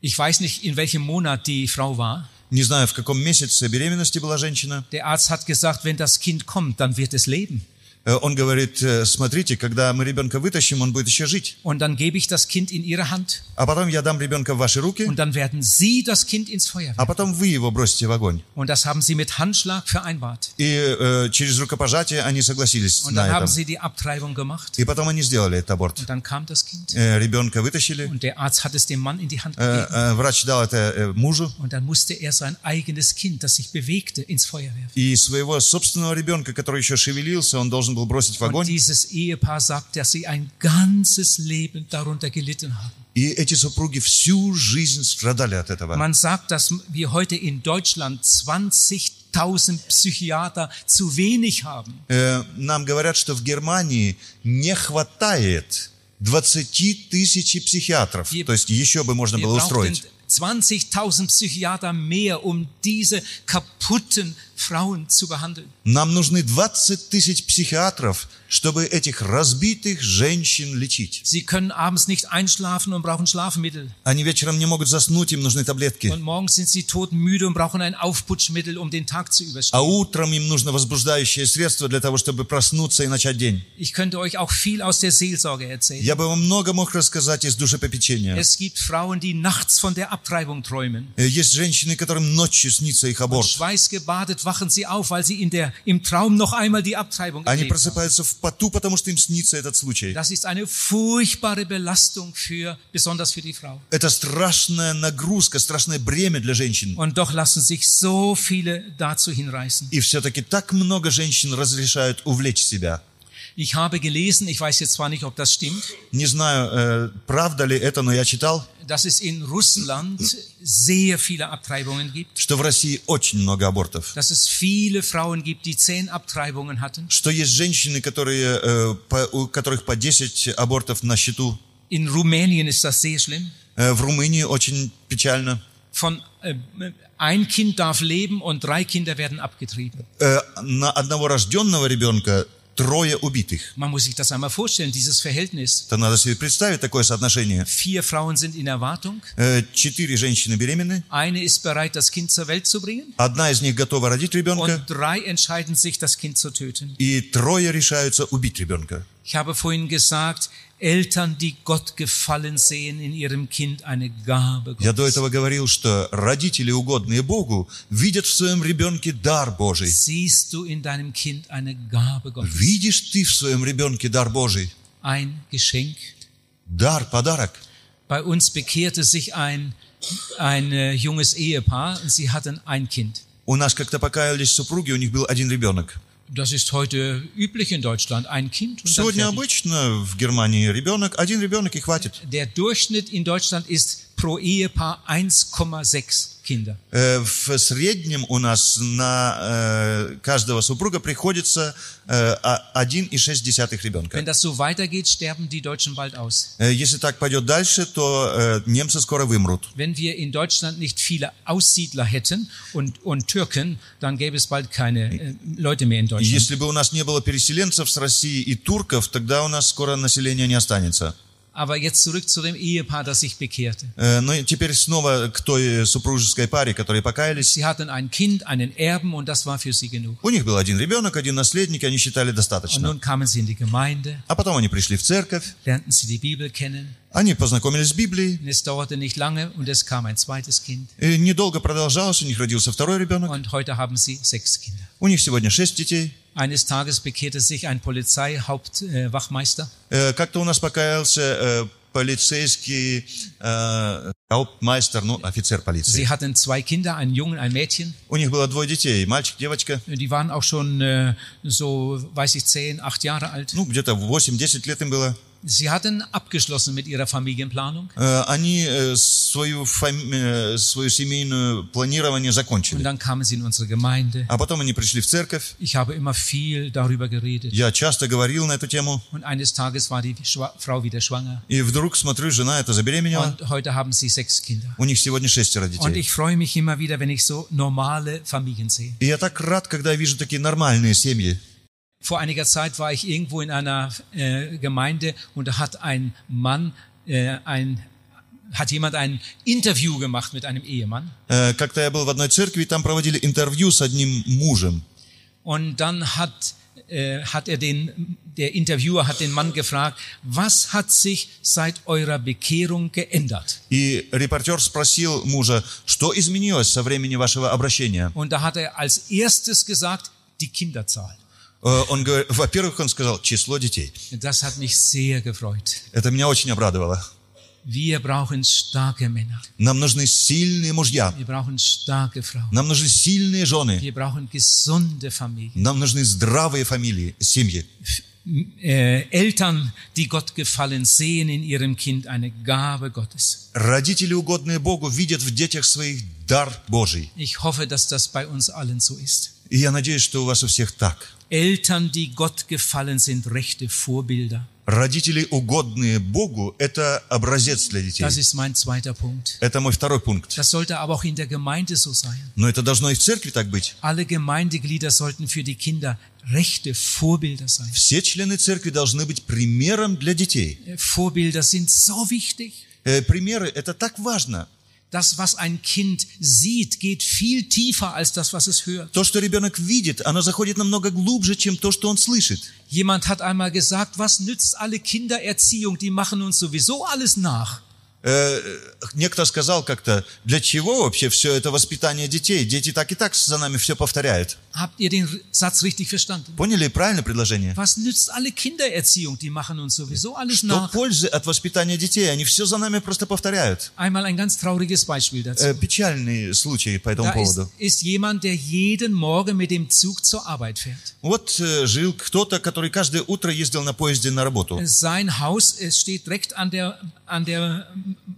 Speaker 1: Ich weiß nicht, in welchem Monat die Frau war.
Speaker 2: Не знаю, в каком месяце беременности была женщина.
Speaker 1: Der Arzt hat gesagt, wenn das Kind kommt, dann wird es leben.
Speaker 2: Э, Он говорит, э, смотрите, когда мы ребенка вытащим, он будет еще жить.
Speaker 1: Und dann gebe ich das Kind in ihre Hand
Speaker 2: А потом я дам ребенка в ваши руки,
Speaker 1: und dann werden sie das Kind ins Feuer werfen.
Speaker 2: а потом вы его бросите в огонь.
Speaker 1: Und das haben sie mit Handschlag vereinbart.
Speaker 2: И э, через рукопожатие они согласились
Speaker 1: Und dann
Speaker 2: на
Speaker 1: haben
Speaker 2: этом.
Speaker 1: sie die Abtreibung gemacht
Speaker 2: И потом они сделали этот аборт.
Speaker 1: und dann kam das Kind.
Speaker 2: Э, ребенка вытащили,
Speaker 1: Und der Arzt hat es dem Mann in die Hand
Speaker 2: э,
Speaker 1: gegeben.
Speaker 2: э, врач дал это э, мужу.
Speaker 1: Und dann musste er sein eigenes Kind, das sich bewegte, ins Feuer werfen.
Speaker 2: И своего собственного ребенка, который еще шевелился, он должен был бросить в
Speaker 1: Und
Speaker 2: огонь.
Speaker 1: dieses Ehepaar sagt, dass sie ein ganzes Leben darunter gelitten haben.
Speaker 2: И эти супруги всю жизнь страдали от этого.
Speaker 1: Man sagt, dass wir heute in Deutschland 20.000 Psychiater zu wenig haben.
Speaker 2: Э, нам говорят, что в Германии не хватает 20 тысяч психиатров.
Speaker 1: Wir-
Speaker 2: То есть еще бы можно
Speaker 1: Wir
Speaker 2: было
Speaker 1: brauchten
Speaker 2: устроить.
Speaker 1: 20.000 Psychiater mehr, um diese kaputten Frauen zu behandeln.
Speaker 2: Нам нужны 20 тысяч психиатров, чтобы этих разбитых женщин лечить.
Speaker 1: Sie können abends nicht einschlafen und brauchen Schlafmittel.
Speaker 2: Они вечером не могут заснуть, им нужны таблетки.
Speaker 1: Und morgens sind sie todmüde und brauchen ein Aufputschmittel, um den Tag zu überstehen.
Speaker 2: А утром им нужно возбуждающее средство для того, чтобы проснуться и начать день.
Speaker 1: Ich könnte euch auch viel aus der Seelsorge erzählen.
Speaker 2: Я бы вам много мог рассказать из душепопечения.
Speaker 1: Es gibt Frauen, die nachts von der Abtreibung träumen.
Speaker 2: Э, Есть женщины, которым ночью снится их аборт.
Speaker 1: Schweißgebadet wachen sie auf, weil sie in der, im Traum noch einmal die Abtreibung
Speaker 2: Они
Speaker 1: erlebt haben.
Speaker 2: просыпаются в поту, потому что им снится этот случай.
Speaker 1: Das ist eine furchtbare Belastung für, besonders für die Frau.
Speaker 2: Это страшная нагрузка, страшное бремя для женщин.
Speaker 1: Und doch lassen sich so viele dazu hinreißen.
Speaker 2: И все-таки так много женщин разрешают увлечь себя.
Speaker 1: Ich habe gelesen, ich weiß jetzt zwar nicht, ob das stimmt,
Speaker 2: Не знаю, э, правда ли это, но я читал,
Speaker 1: dass es in Russland sehr viele Abtreibungen gibt,
Speaker 2: что в России очень много абортов.
Speaker 1: dass es viele Frauen gibt, die zehn Abtreibungen hatten.
Speaker 2: Что есть женщины, которые, э, по- у которых по 10 абортов на счету.
Speaker 1: In Rumänien ist das sehr schlimm.
Speaker 2: Э, в Румынии очень печально.
Speaker 1: Von äh, ein Kind darf leben und drei Kinder werden abgetrieben.
Speaker 2: Э, на одного рожденного ребенка трое убитых.
Speaker 1: Man muss sich das einmal vorstellen, dieses Verhältnis.
Speaker 2: Это надо себе представить такое соотношение.
Speaker 1: Vier Frauen sind in Erwartung.
Speaker 2: Э, четыре женщины беременны,
Speaker 1: Eine ist bereit, das Kind zur Welt zu bringen.
Speaker 2: одна из них готова родить ребенка,
Speaker 1: Und drei entscheiden sich, das Kind zu töten.
Speaker 2: и трое решаются убить ребенка.
Speaker 1: Ich habe vorhin gesagt, Eltern, die Gott gefallen sehen, in ihrem Kind eine Gabe
Speaker 2: Я до
Speaker 1: Gottes.
Speaker 2: этого говорил, что родители, угодные Богу, видят в своем ребенке дар Божий.
Speaker 1: Siehst du in deinem Kind eine Gabe Gottes?
Speaker 2: Видишь ты в своем ребенке дар Божий?
Speaker 1: Ein Geschenk.
Speaker 2: Дар, подарок.
Speaker 1: Bei uns bekehrte sich ein, ein äh, junges Ehepaar und sie hatten ein Kind.
Speaker 2: У нас как-то покаялись супруги, у них был один ребенок.
Speaker 1: Das ist heute üblich in Deutschland, ein Kind. Und dann
Speaker 2: Сегодня
Speaker 1: fertig.
Speaker 2: обычно в Германии ребенок, один ребенок и хватит.
Speaker 1: Der Durchschnitt in Deutschland ist pro Ehepaar 1,6 Kinder.
Speaker 2: Э, В среднем у нас на э, каждого супруга приходится э, а- 1,6 ребенка.
Speaker 1: Wenn das so weitergeht, sterben die Deutschen bald aus.
Speaker 2: Э, Если так пойдет дальше, то э, немцы скоро вымрут.
Speaker 1: Wenn wir in Deutschland nicht viele Aussiedler hätten und, und Türken, dann gäbe es bald keine äh, Leute mehr in Deutschland.
Speaker 2: Если бы у нас не было переселенцев с России и турков, тогда у нас скоро населения не останется.
Speaker 1: Aber jetzt zurück zu dem Ehepaar, das sich bekehrte.
Speaker 2: Э, Ну и теперь снова к той э, супружеской паре, которые покаялись.
Speaker 1: Sie hatten ein Kind, einen Erben und das war für sie genug.
Speaker 2: У них был один ребенок, один наследник, и они считали
Speaker 1: Und
Speaker 2: достаточно.
Speaker 1: nun kamen sie in die Gemeinde,
Speaker 2: А потом они пришли в церковь,
Speaker 1: lernten sie die Bibel kennen.
Speaker 2: они познакомились с Библией,
Speaker 1: Und es dauerte nicht lange und es kam ein zweites Kind.
Speaker 2: и недолго продолжалось, у них родился второй ребенок,
Speaker 1: Und heute haben sie sechs Kinder.
Speaker 2: у них сегодня шесть детей.
Speaker 1: Eines Tages bekehrte sich ein äh, Polizeihauptwachmeister.
Speaker 2: Э, Как-то у нас покаялся э, полицейский э, гауптмайстер, ну, офицер полиции.
Speaker 1: Sie hatten zwei Kinder, einen Jungen, ein Mädchen.
Speaker 2: У них было двое детей, мальчик, девочка.
Speaker 1: Die waren auch schon äh, so, weiß ich, zehn, acht Jahre alt.
Speaker 2: Ну, где-то 8-10 лет им было.
Speaker 1: Sie hatten abgeschlossen mit ihrer Familienplanung.
Speaker 2: Э, Они э, свою, фами- э, свою семейную планирование
Speaker 1: Und
Speaker 2: закончили.
Speaker 1: dann kamen sie in unsere Gemeinde.
Speaker 2: А потом они пришли в церковь.
Speaker 1: Ich habe immer viel darüber geredet.
Speaker 2: Я часто говорил на эту тему.
Speaker 1: Und eines Tages war die Schwa Frau wieder schwanger.
Speaker 2: И вдруг смотрю, жена это забеременела.
Speaker 1: Und heute haben sie sechs Kinder.
Speaker 2: У них сегодня шестеро
Speaker 1: Und
Speaker 2: детей.
Speaker 1: ich freue mich immer wieder, wenn ich so normale Familien sehe.
Speaker 2: И я так рад, когда я вижу такие нормальные семьи.
Speaker 1: Vor einiger Zeit war ich irgendwo in einer äh, Gemeinde und da hat ein Mann, äh, ein, hat jemand ein Interview gemacht mit einem Ehemann.
Speaker 2: Э, Как-то я был в одной церкви, и там проводили интервью с одним мужем.
Speaker 1: Und dann hat, äh, hat er den, der Interviewer hat den Mann gefragt, was hat sich seit eurer Bekehrung geändert?
Speaker 2: И репортер спросил мужа, что изменилось со времени вашего обращения.
Speaker 1: Und da hat er als erstes gesagt, die Kinderzahl.
Speaker 2: Э, Он говорит, во-первых, он сказал, число детей.
Speaker 1: Das hat mich sehr gefreut.
Speaker 2: Это меня очень обрадовало.
Speaker 1: Wir brauchen starke Männer.
Speaker 2: Нам нужны сильные мужья.
Speaker 1: Wir brauchen starke Frauen.
Speaker 2: Нам нужны сильные жены.
Speaker 1: Wir brauchen gesunde Familien.
Speaker 2: Нам нужны здравые фамилии, семьи.
Speaker 1: äh, Eltern, die Gott gefallen, sehen in ihrem Kind eine Gabe Gottes.
Speaker 2: Родители, угодные Богу, видят в детях своих дар Божий.
Speaker 1: Ich hoffe, dass das bei uns allen so ist.
Speaker 2: И я надеюсь, что у вас у всех так.
Speaker 1: Eltern, die Gott gefallen sind, rechte Vorbilder.
Speaker 2: Родители, угодные Богу, это образец для детей.
Speaker 1: Das ist mein zweiter Punkt.
Speaker 2: Это мой второй пункт.
Speaker 1: Das sollte aber auch in der Gemeinde so sein.
Speaker 2: Но это должно и в церкви так быть.
Speaker 1: Alle Gemeindeglieder sollten für die Kinder rechte Vorbilder sein. Äh,
Speaker 2: Все члены церкви должны быть примером для детей.
Speaker 1: Vorbilder sind so wichtig.
Speaker 2: Э, Примеры – это так важно.
Speaker 1: Das, was ein Kind sieht, geht viel tiefer als das, was es hört.
Speaker 2: То, что ребенок видит, оно заходит намного глубже, чем то, что он слышит.
Speaker 1: Jemand hat einmal gesagt, was nützt alle Kindererziehung? Die machen uns sowieso alles nach.
Speaker 2: Э, Некто сказал как-то, для чего вообще все это воспитание детей? Дети так и так за нами все повторяют.
Speaker 1: Habt ihr den Satz richtig verstanden?
Speaker 2: Поняли правильно предложение?
Speaker 1: Was nützt alle Kindererziehung? Die machen uns sowieso alles
Speaker 2: Что
Speaker 1: nach.
Speaker 2: пользы от воспитания детей? Они все за нами просто повторяют.
Speaker 1: Einmal ein ganz trauriges Beispiel dazu.
Speaker 2: Э, Печальный случай по этому
Speaker 1: Da ist,
Speaker 2: поводу.
Speaker 1: ist jemand, der jeden Morgen mit dem Zug zur Arbeit fährt.
Speaker 2: Вот э, жил кто-то, который каждое утро ездил на поезде на работу.
Speaker 1: Sein Haus es steht direkt an der, an der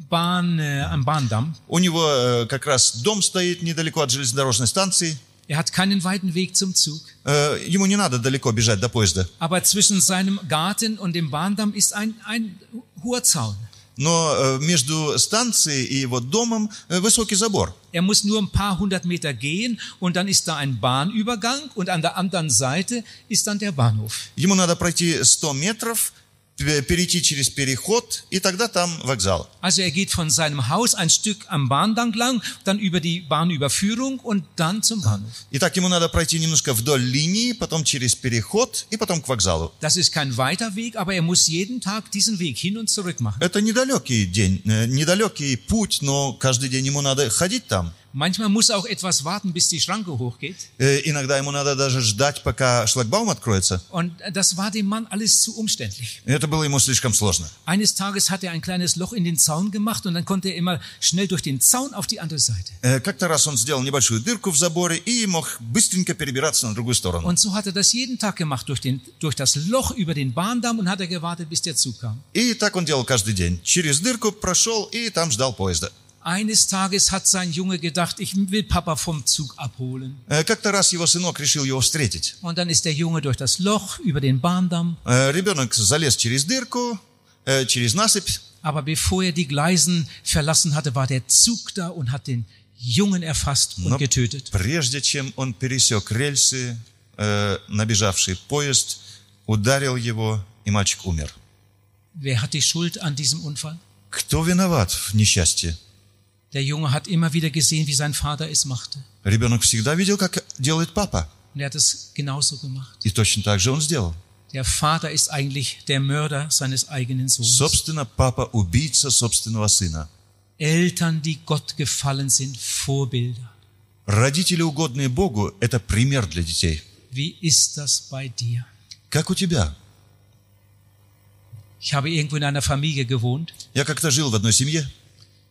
Speaker 1: Bahn, äh, am Bahndamm.
Speaker 2: У него э, как раз дом стоит недалеко от железнодорожной станции.
Speaker 1: Er hat keinen weiten Weg zum Zug.
Speaker 2: Э, Ему не надо далеко бежать до поезда.
Speaker 1: Aber zwischen seinem Garten und dem Bahndamm ist ein, ein hoher Zaun.
Speaker 2: Но э, между станцией и его домом э, высокий забор.
Speaker 1: Er muss nur ein paar hundert Meter gehen und dann ist da ein Bahnübergang und an der anderen Seite ist dann der Bahnhof.
Speaker 2: Ему надо пройти 100 метров, пе- перейти через переход, и тогда там вокзал.
Speaker 1: Also er geht von seinem Haus ein Stück am Bahndamm lang, dann über die Bahnüberführung und dann zum Bahnhof.
Speaker 2: Итак, ему надо пройти немножко вдоль линии, потом через переход и потом к вокзалу.
Speaker 1: Das ist kein weiter Weg, aber er muss jeden Tag diesen Weg hin und zurück machen.
Speaker 2: Это недалекий день, э, недалекий путь, но каждый день ему надо ходить там.
Speaker 1: Manchmal muss auch etwas warten, bis die Schranke hochgeht.
Speaker 2: Э, Иногда ему надо даже ждать, пока шлагбаум откроется.
Speaker 1: Und das war dem Mann alles zu umständlich.
Speaker 2: Это было ему слишком сложно.
Speaker 1: Eines Tages hat er ein kleines Loch in den Zaun gemacht und dann konnte er immer schnell durch den Zaun auf die andere Seite.
Speaker 2: Э, Как-то раз он сделал небольшую дырку в заборе и мог быстренько перебираться на другую сторону.
Speaker 1: Und so hat er das jeden Tag gemacht, durch, den, durch das Loch über den Bahndamm und hat er gewartet, bis der Zug kam.
Speaker 2: И так он делал каждый день. Через дырку прошел и там ждал поезда.
Speaker 1: Eines Tages hat sein Junge gedacht, ich will Papa vom Zug abholen.
Speaker 2: Э, Как-то раз его сынок решил его встретить.
Speaker 1: Und dann ist der Junge durch das Loch über den Bahndamm.
Speaker 2: Э, Ребенок залез через дырку, э, через насыпь,
Speaker 1: Aber bevor er die Gleisen verlassen hatte, war der Zug da und hat den Jungen erfasst und
Speaker 2: Но
Speaker 1: getötet.
Speaker 2: прежде чем он пересек рельсы, э, набежавший поезд ударил его, и мальчик умер.
Speaker 1: Wer hat die Schuld an diesem Unfall?
Speaker 2: Кто виноват в несчастье?
Speaker 1: Der Junge hat immer wieder gesehen, wie sein Vater es machte.
Speaker 2: Ребенок всегда видел, как делает папа.
Speaker 1: Und er hat es genauso gemacht.
Speaker 2: И точно так же он сделал.
Speaker 1: Der Vater ist eigentlich der Mörder seines eigenen Sohnes.
Speaker 2: Собственно, папа – убийца собственного сына.
Speaker 1: Eltern, die Gott gefallen sind, Vorbilder.
Speaker 2: Родители, угодные Богу, это пример для детей.
Speaker 1: Wie ist das bei dir?
Speaker 2: Как у тебя?
Speaker 1: Ich habe irgendwo in einer Familie gewohnt.
Speaker 2: Я как-то жил в одной семье.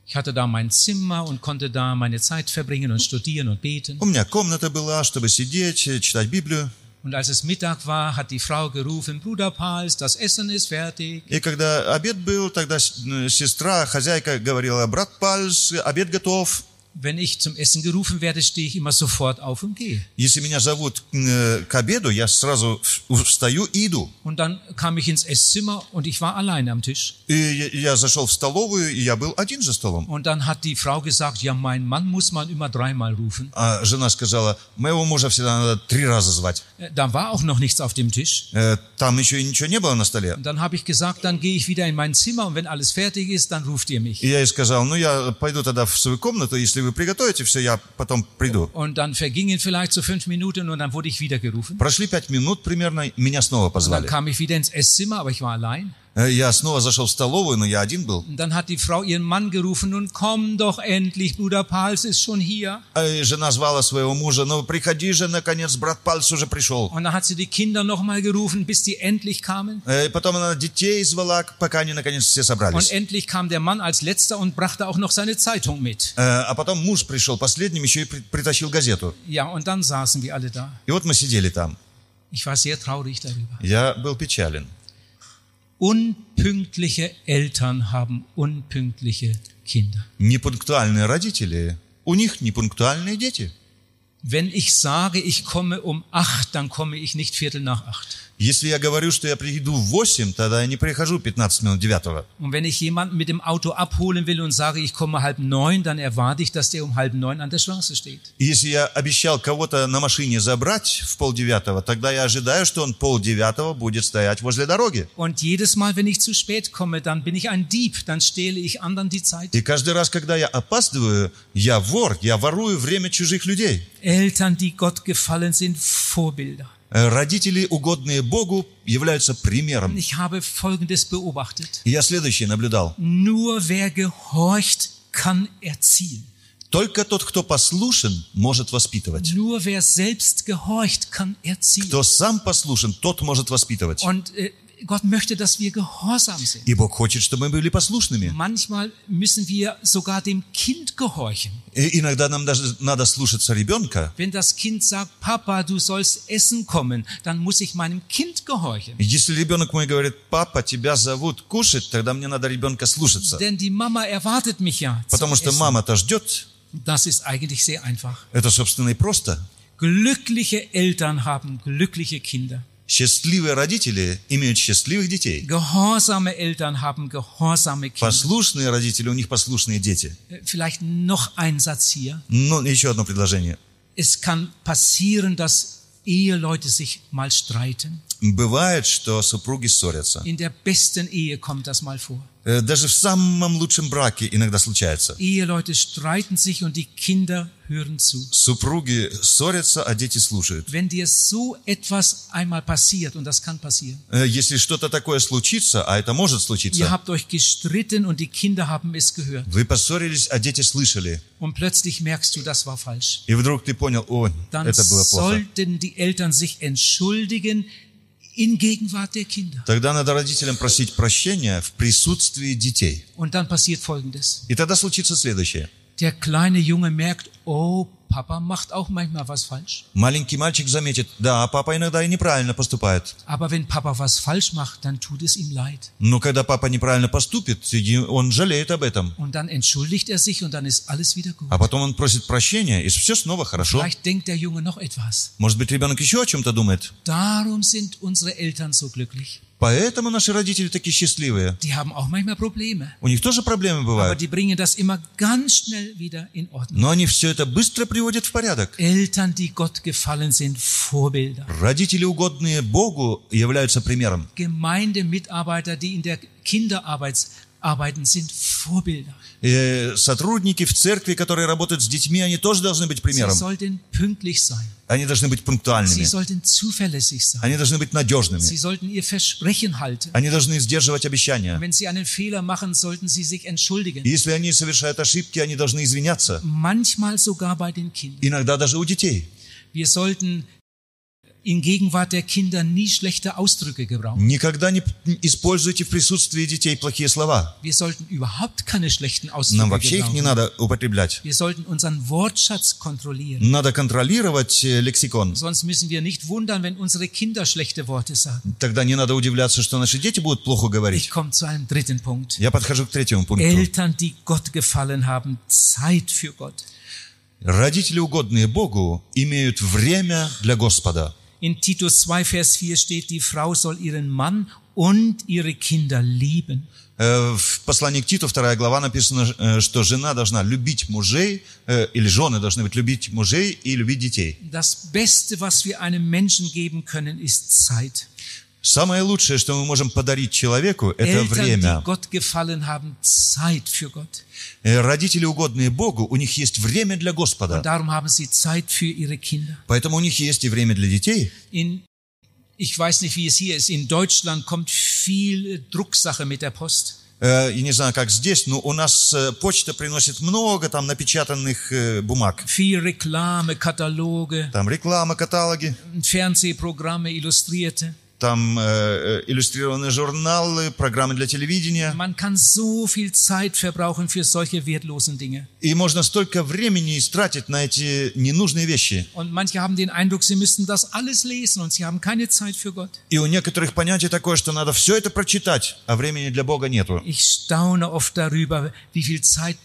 Speaker 1: Ich hatte da mein Zimmer und konnte da meine Zeit verbringen und studieren und beten.
Speaker 2: У меня комната была, чтобы сидеть, э, читать Библию.
Speaker 1: Und als es Mittag war, hat die Frau gerufen, Bruder Pals, das Essen ist fertig.
Speaker 2: И когда обед был, тогда с- э, сестра, хозяйка говорила, брат Пальс, обед готов.
Speaker 1: Wenn ich zum Essen gerufen werde, stehe ich immer sofort auf und gehe.
Speaker 2: Если меня зовут э, к обеду, я сразу в- встаю и иду.
Speaker 1: Und dann kam ich ins Esszimmer und ich war allein am Tisch.
Speaker 2: И я, я зашел в столовую, и я был один за столом.
Speaker 1: Und dann hat die Frau gesagt, ja, mein Mann muss man immer dreimal rufen.
Speaker 2: А жена сказала, моего мужа всегда надо три раза звать.
Speaker 1: Äh, Da war auch noch nichts auf dem Tisch.
Speaker 2: Э, Там еще и ничего не было на столе.
Speaker 1: Und dann habe ich gesagt, dann gehe ich wieder in mein Zimmer und wenn alles fertig ist, dann ruft ihr mich.
Speaker 2: И я ей сказал, ну я пойду тогда в свою комнату, если вы приготовите все, я потом приду.
Speaker 1: Und dann vergingen vielleicht so fünf Minuten und dann wurde ich wieder gerufen.
Speaker 2: Прошли пять минут примерно, меня снова
Speaker 1: Und dann
Speaker 2: позвали.
Speaker 1: kam ich wieder ins Esszimmer, aber ich war allein.
Speaker 2: Э, Я снова зашел в столовую, но я один был.
Speaker 1: Und dann hat die Frau ihren Mann gerufen, nun komm doch endlich, Bruder Pals ist schon hier.
Speaker 2: А и жена звала своего мужа, ну приходи же, наконец, брат Пальц уже пришел.
Speaker 1: Und dann hat sie die Kinder nochmal gerufen, bis die endlich kamen.
Speaker 2: Э, и Потом она детей звала, пока они наконец все
Speaker 1: Und
Speaker 2: собрались.
Speaker 1: endlich kam der Mann als letzter und brachte auch noch seine Zeitung mit.
Speaker 2: Э, А потом муж пришел последним, еще и при- притащил газету.
Speaker 1: Ja, und dann saßen wir alle da.
Speaker 2: И вот мы сидели там.
Speaker 1: Ich war sehr traurig darüber.
Speaker 2: Я был печален.
Speaker 1: Unpünktliche Eltern haben unpünktliche Kinder.
Speaker 2: Непунктуальные родители, у них непунктуальные дети.
Speaker 1: Wenn ich sage, ich komme um acht, dann komme ich nicht viertel nach acht.
Speaker 2: Если я говорю, что я приду в 8, тогда я не прихожу 15 минут 9.
Speaker 1: Und wenn ich jemanden mit dem Auto abholen will und sage, ich komme halb neun, dann erwarte ich, dass der um halb neun an der Straße steht.
Speaker 2: И Если я обещал кого-то на машине забрать в полдевятого, тогда я ожидаю, что он полдевятого будет стоять возле дороги.
Speaker 1: Und jedes Mal, wenn ich zu spät komme, dann bin ich ein Dieb, dann stehle ich anderen die Zeit.
Speaker 2: И каждый раз, когда я опаздываю, я вор, я ворую время чужих людей.
Speaker 1: Eltern, die Gott gefallen sind, Vorbilder.
Speaker 2: Э, Родители, угодные Богу, являются примером.
Speaker 1: Ich habe Folgendes beobachtet.
Speaker 2: И Я следующее наблюдал.
Speaker 1: Nur wer gehorcht, kann erziehen.
Speaker 2: Только тот, кто послушен, может воспитывать.
Speaker 1: Nur wer selbst gehorcht, kann erziehen.
Speaker 2: Кто сам послушен, тот может воспитывать.
Speaker 1: Und äh, Gott möchte, dass wir gehorsam sind.
Speaker 2: И Бог хочет, чтобы мы были послушными.
Speaker 1: Manchmal müssen wir sogar dem Kind gehorchen.
Speaker 2: И иногда нам даже надо слушаться ребенка.
Speaker 1: Wenn das Kind sagt, Papa, du sollst essen kommen, dann muss ich meinem Kind gehorchen.
Speaker 2: Если ребенок мой говорит, папа, тебя зовут кушать, тогда мне надо ребенка слушаться.
Speaker 1: Denn die Mama erwartet mich ja. zum
Speaker 2: Потому что
Speaker 1: Essen.
Speaker 2: мама-то ждет.
Speaker 1: Das ist eigentlich sehr einfach.
Speaker 2: Это, собственно, и просто.
Speaker 1: Glückliche Eltern haben glückliche Kinder.
Speaker 2: Счастливые родители имеют счастливых детей.
Speaker 1: Gehorsame Eltern haben gehorsame Kinder.
Speaker 2: Послушные родители, у них послушные дети.
Speaker 1: Äh, Vielleicht noch ein Satz hier.
Speaker 2: Ну, еще одно предложение.
Speaker 1: Es kann passieren, dass Eheleute sich mal streiten.
Speaker 2: Бывает, что супруги ссорятся.
Speaker 1: In der besten Ehe kommt das mal vor.
Speaker 2: Э, Даже в самом лучшем браке иногда случается.
Speaker 1: Eheleute streiten sich und die Kinder hören zu.
Speaker 2: Супруги ссорятся, а дети слушают.
Speaker 1: Wenn dir so etwas einmal passiert, und das kann passieren,
Speaker 2: Э, Если что-то такое случится, а это может
Speaker 1: ihr
Speaker 2: случиться,
Speaker 1: habt euch gestritten und die Kinder haben es gehört.
Speaker 2: вы поссорились, а дети слышали.
Speaker 1: Und plötzlich merkst du, das war falsch.
Speaker 2: И вдруг ты понял, о,
Speaker 1: Dann
Speaker 2: это было плохо.
Speaker 1: sollten die Eltern sich entschuldigen in Gegenwart der Kinder.
Speaker 2: Тогда надо родителям просить прощения в присутствии детей.
Speaker 1: Und dann passiert Folgendes.
Speaker 2: И тогда случится следующее.
Speaker 1: Der kleine Junge merkt, oh, Papa macht auch manchmal was falsch.
Speaker 2: Маленький мальчик заметит, да, а папа иногда и неправильно поступает.
Speaker 1: Aber wenn Papa was falsch macht, dann tut es ihm leid.
Speaker 2: Но когда папа неправильно поступит, и он жалеет об этом.
Speaker 1: Und dann entschuldigt er sich und dann ist alles wieder gut.
Speaker 2: А потом он просит прощения, и все снова хорошо.
Speaker 1: Vielleicht denkt der Junge noch etwas.
Speaker 2: Может быть, ребенок еще о чем-то думает.
Speaker 1: Darum sind unsere Eltern so glücklich.
Speaker 2: Поэтому наши родители такие счастливые.
Speaker 1: Die haben auch manchmal Probleme.
Speaker 2: У них тоже проблемы
Speaker 1: Aber
Speaker 2: бывают.
Speaker 1: die bringen das immer ganz schnell wieder in Ordnung.
Speaker 2: Но они все это быстро приводят в порядок.
Speaker 1: Eltern, die Gott gefallen sind, Vorbilder.
Speaker 2: Родители, угодные Богу, являются примером.
Speaker 1: Gemeindemitarbeiter, die in der Kinderarbeit arbeiten, sind Vorbilder.
Speaker 2: Э, сотрудники в церкви, которые работают с детьми, они тоже должны быть
Speaker 1: Sie
Speaker 2: примером.
Speaker 1: sollten pünktlich sein.
Speaker 2: Они должны быть
Speaker 1: Sie
Speaker 2: пунктуальными.
Speaker 1: sollten zuverlässig sein.
Speaker 2: Они должны быть надежными.
Speaker 1: Sie sollten ihr Versprechen halten.
Speaker 2: Они должны сдерживать обещания.
Speaker 1: Wenn sie einen Fehler machen, sollten sie sich
Speaker 2: И
Speaker 1: entschuldigen.
Speaker 2: Если они совершают ошибки, они должны извиняться.
Speaker 1: Manchmal sogar bei den Kindern.
Speaker 2: Иногда даже у детей.
Speaker 1: Wir sollten in Gegenwart der Kinder nie schlechte Ausdrücke gebrauchen.
Speaker 2: Никогда не п- используйте в присутствии детей плохие слова.
Speaker 1: Wir sollten überhaupt keine schlechten
Speaker 2: Нам
Speaker 1: Ausdrücke
Speaker 2: вообще их не
Speaker 1: gebrauchen.
Speaker 2: надо употреблять.
Speaker 1: Wir sollten unseren Wortschatz kontrollieren.
Speaker 2: Надо контролировать э, лексикон.
Speaker 1: Sonst müssen wir nicht wundern, wenn unsere Kinder schlechte Worte sagen.
Speaker 2: Тогда не надо удивляться, что наши дети будут плохо
Speaker 1: Ich
Speaker 2: говорить.
Speaker 1: komme zu einem dritten Punkt.
Speaker 2: Я подхожу к третьему пункту.
Speaker 1: Eltern, die Gott gefallen haben, Zeit für Gott.
Speaker 2: Родители, угодные Богу, имеют время для Господа.
Speaker 1: In Titus 2, Vers 4 steht, die Frau soll ihren Mann und ihre Kinder lieben.
Speaker 2: Э, В послании к Титу, вторая глава, написано, э, что жена должна любить мужей, э, или жены должны быть любить мужей и любить детей.
Speaker 1: Das Beste, was wir einem Menschen geben können, ist Zeit.
Speaker 2: Самое лучшее, что мы можем подарить человеку, это
Speaker 1: Eltern, die
Speaker 2: время.
Speaker 1: Gott gefallen haben, Zeit für Gott.
Speaker 2: Э, Родители, угодные Богу, у них есть время для
Speaker 1: Und
Speaker 2: Господа.
Speaker 1: darum haben sie Zeit für ihre Kinder.
Speaker 2: Поэтому у них есть и время для детей.
Speaker 1: In, ich weiß nicht, wie es hier ist. In Deutschland kommt viel äh, Drucksache mit der Post.
Speaker 2: Э, Я не знаю, как здесь, но у нас э, почта приносит много там напечатанных э, бумаг.
Speaker 1: Viel Reklame, Kataloge,
Speaker 2: Там реклама, каталоги,
Speaker 1: Fernsehprogramme, Illustrierte.
Speaker 2: там э, э, иллюстрированные журналы, программы для телевидения.
Speaker 1: Man kann so viel Zeit verbrauchen für solche wertlosen Dinge.
Speaker 2: И можно столько времени истратить на эти ненужные вещи.
Speaker 1: Und manche haben den Eindruck, sie müssten das alles lesen und sie haben keine Zeit für Gott.
Speaker 2: И у некоторых понятие такое, что надо все это прочитать, а времени для Бога нету.
Speaker 1: Ich staune oft darüber, wie viel Zeit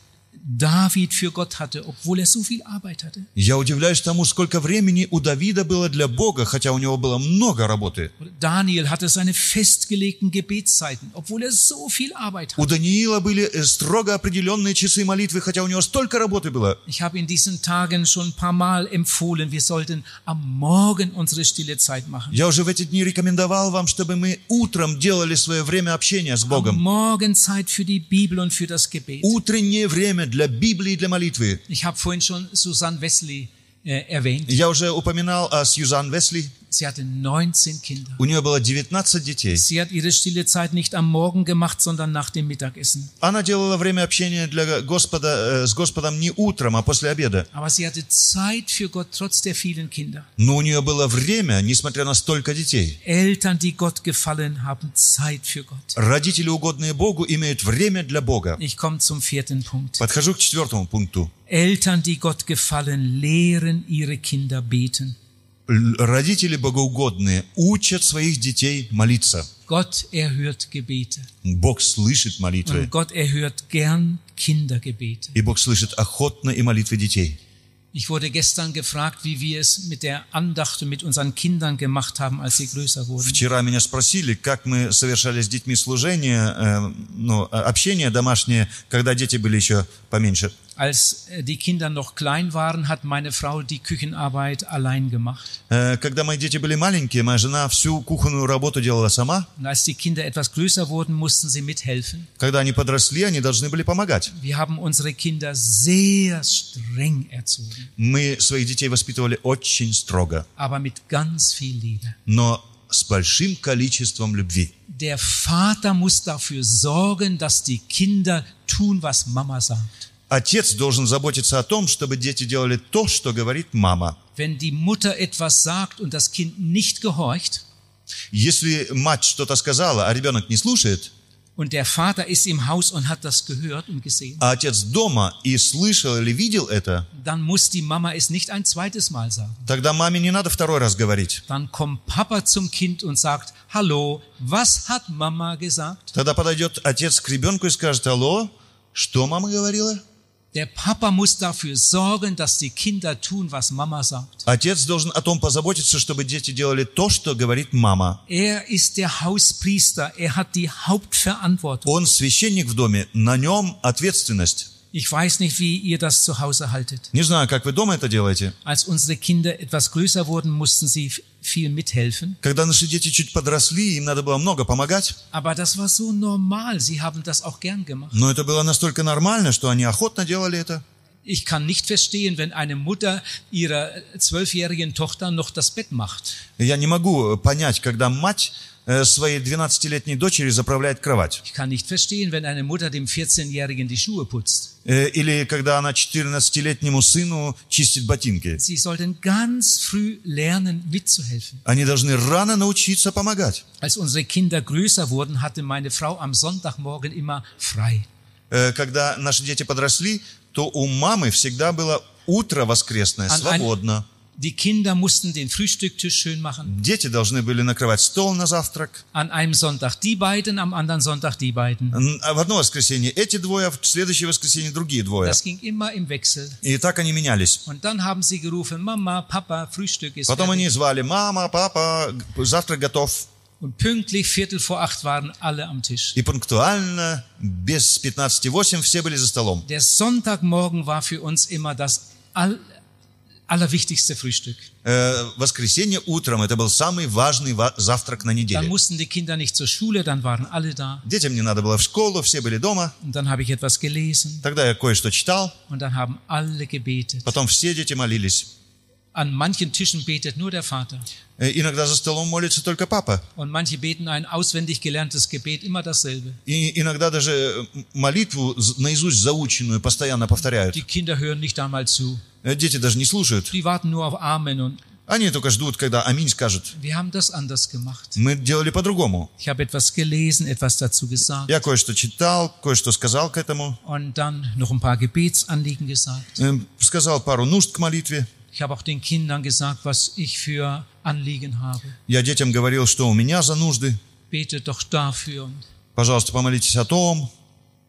Speaker 1: David für Gott hatte, obwohl er so viel Arbeit hatte.
Speaker 2: Я удивляюсь тому, сколько времени у Давида было для Бога, хотя у него было много работы.
Speaker 1: Oder Daniel hatte seine festgelegten Gebetszeiten, obwohl er so viel Arbeit
Speaker 2: У
Speaker 1: hatte.
Speaker 2: Даниила были э, строго определенные часы молитвы, хотя у него столько работы было.
Speaker 1: Ich habe in diesen Tagen schon ein paar Mal empfohlen, wir sollten am Morgen unsere stille Zeit machen.
Speaker 2: Я уже в эти дни рекомендовал вам, чтобы мы утром делали свое время общения с
Speaker 1: Am
Speaker 2: Богом.
Speaker 1: Morgen Zeit für die Bibel und für das
Speaker 2: Uh.
Speaker 1: Gebet.
Speaker 2: Утреннее время для Библии и для молитвы.
Speaker 1: Ich habe vorhin schon Susanne Wesley äh, erwähnt.
Speaker 2: Я уже упоминал о Сьюзан Весли.
Speaker 1: Sie hatte 19 Kinder.
Speaker 2: У нее было 19 детей.
Speaker 1: Sie hat ihre stille Zeit nicht am Morgen gemacht, sondern nach dem Mittagessen.
Speaker 2: Она делала время общения для Господа, э, с Господом не утром, а после обеда.
Speaker 1: Aber sie hatte Zeit für Gott trotz der vielen Kinder.
Speaker 2: Но у нее было время, несмотря на столько детей.
Speaker 1: Eltern, die Gott gefallen, haben Zeit für Gott.
Speaker 2: Родители, угодные Богу, имеют время для Бога.
Speaker 1: Ich komme zum vierten Punkt.
Speaker 2: Подхожу к четвертому пункту.
Speaker 1: Eltern, die Gott gefallen, lehren ihre Kinder beten.
Speaker 2: Л- Родители богоугодные учат своих детей молиться.
Speaker 1: Gott erhört Gebete.
Speaker 2: Бог слышит молитвы.
Speaker 1: Und Gott erhört gern Kindergebete.
Speaker 2: И Бог слышит охотно и молитвы детей.
Speaker 1: Ich wurde gestern gefragt, wie wir es mit der Andacht und mit unseren Kindern gemacht haben, als sie größer wurden.
Speaker 2: Вчера меня спросили, как мы совершали с детьми служение, э, ну, а- общение домашнее, когда дети были еще поменьше.
Speaker 1: Als äh, die Kinder noch klein waren, hat meine Frau die Küchenarbeit allein gemacht.
Speaker 2: Э, Когда мои дети были маленькие, моя жена всю кухонную работу делала сама.
Speaker 1: Und als die Kinder etwas größer wurden, mussten sie mithelfen.
Speaker 2: Когда они подросли, они должны были помогать.
Speaker 1: Wir haben unsere Kinder sehr streng erzogen,
Speaker 2: Мы своих детей воспитывали очень строго,
Speaker 1: aber mit ganz viel Liebe.
Speaker 2: но с большим количеством любви.
Speaker 1: Der Vater muss dafür sorgen, dass die Kinder tun, was Mama sagt.
Speaker 2: Отец должен заботиться о том, чтобы дети делали то, что говорит мама.
Speaker 1: Wenn die Mutter etwas sagt und das Kind nicht gehorcht
Speaker 2: Если мать что-то сказала, а ребенок не слушает,
Speaker 1: und der Vater ist im Haus und hat das gehört und gesehen,
Speaker 2: а отец дома и слышал или видел это,
Speaker 1: dann muss die Mama es nicht ein zweites Mal sagen.
Speaker 2: тогда маме не надо второй раз говорить.
Speaker 1: Dann kommt Papa zum Kind und sagt, hallo, was hat Mama gesagt?
Speaker 2: Тогда подойдет отец к ребенку и скажет, алло, что мама говорила?
Speaker 1: Der Papa muss dafür sorgen, dass die Kinder tun, was Mama sagt.
Speaker 2: Отец должен о том позаботиться, чтобы дети делали то, что говорит мама.
Speaker 1: Er ist der Hauspriester, er hat die Hauptverantwortung.
Speaker 2: Он священник в доме, на нем ответственность.
Speaker 1: Ich weiß nicht, wie ihr das zu Hause haltet.
Speaker 2: Не знаю, как вы дома это делаете.
Speaker 1: Als unsere Kinder etwas größer wurden, mussten sie f- viel mithelfen.
Speaker 2: Когда наши дети чуть подросли, им надо было много помогать,
Speaker 1: Aber das war so normal, sie haben das auch gern gemacht.
Speaker 2: но это было настолько нормально, что они охотно делали это.
Speaker 1: Ich kann nicht verstehen, wenn eine Mutter ihrer zwölfjährigen Tochter noch das Bett macht.
Speaker 2: Я не могу понять, когда мать э, своей 12-летней дочери заправляет кровать.
Speaker 1: Ich kann nicht verstehen, wenn eine Mutter dem 14-Jährigen die Schuhe putzt.
Speaker 2: Э, Или когда она 14-летнему сыну чистит ботинки.
Speaker 1: Sie sollten ganz früh lernen, mitzuhelfen.
Speaker 2: Они должны рано научиться помогать.
Speaker 1: Als unsere Kinder größer wurden, hatte meine Frau am Sonntagmorgen immer frei.
Speaker 2: Э, Когда наши дети подросли, то у мамы всегда было утро воскресное,
Speaker 1: Ан-
Speaker 2: свободно.
Speaker 1: Die Kinder mussten den Frühstücktisch schön machen.
Speaker 2: Дети должны были накрывать стол на завтрак.
Speaker 1: An einem Sonntag die beiden, am anderen Sonntag die beiden.
Speaker 2: Н- а В одно воскресенье эти двое, в следующее воскресенье другие двое.
Speaker 1: Das ging immer im Wechsel.
Speaker 2: И так они менялись.
Speaker 1: Und dann haben sie gerufen, Mama, Papa, Frühstück ist
Speaker 2: Потом
Speaker 1: fertig.
Speaker 2: они звали «Мама, папа, г- завтрак готов».
Speaker 1: Und pünktlich Viertel vor acht waren alle am Tisch.
Speaker 2: И пунктуально, без 15.08, все были за столом.
Speaker 1: Der Sonntagmorgen war für uns immer das all, allerwichtigste Frühstück.
Speaker 2: Э, воскресенье утром – это был самый важный ва- завтрак на
Speaker 1: Dann
Speaker 2: неделе.
Speaker 1: mussten die Kinder nicht zur Schule, dann waren alle da.
Speaker 2: Детям не надо было в школу, все были дома.
Speaker 1: Und dann habe ich etwas gelesen
Speaker 2: Тогда я кое-что читал,
Speaker 1: und dann haben alle gebetet.
Speaker 2: потом все дети молились.
Speaker 1: An manchen Tischen betet nur der Vater.
Speaker 2: Э, Иногда за столом молится только папа.
Speaker 1: Und manche beten ein auswendig gelerntes Gebet, immer dasselbe.
Speaker 2: И иногда даже э, м- молитву з- наизусть заученную постоянно повторяют.
Speaker 1: Die Kinder hören nicht einmal zu.
Speaker 2: Э, Дети даже не слушают.
Speaker 1: Die warten nur auf Amen. Und
Speaker 2: Они только ждут, когда «Аминь» скажут.
Speaker 1: wir haben das anders gemacht.
Speaker 2: Мы делали по-другому.
Speaker 1: Ich habe etwas gelesen, etwas dazu gesagt.
Speaker 2: Я кое-что читал, кое-что сказал к этому.
Speaker 1: Und dann noch ein paar Gebetsanliegen gesagt.
Speaker 2: Эм, Сказал пару нужд к молитве.
Speaker 1: Ich habe auch den Kindern gesagt, was ich für Anliegen habe.
Speaker 2: Я детям говорил, что у меня за нужды.
Speaker 1: Betet doch dafür.
Speaker 2: Пожалуйста, помолитесь о том.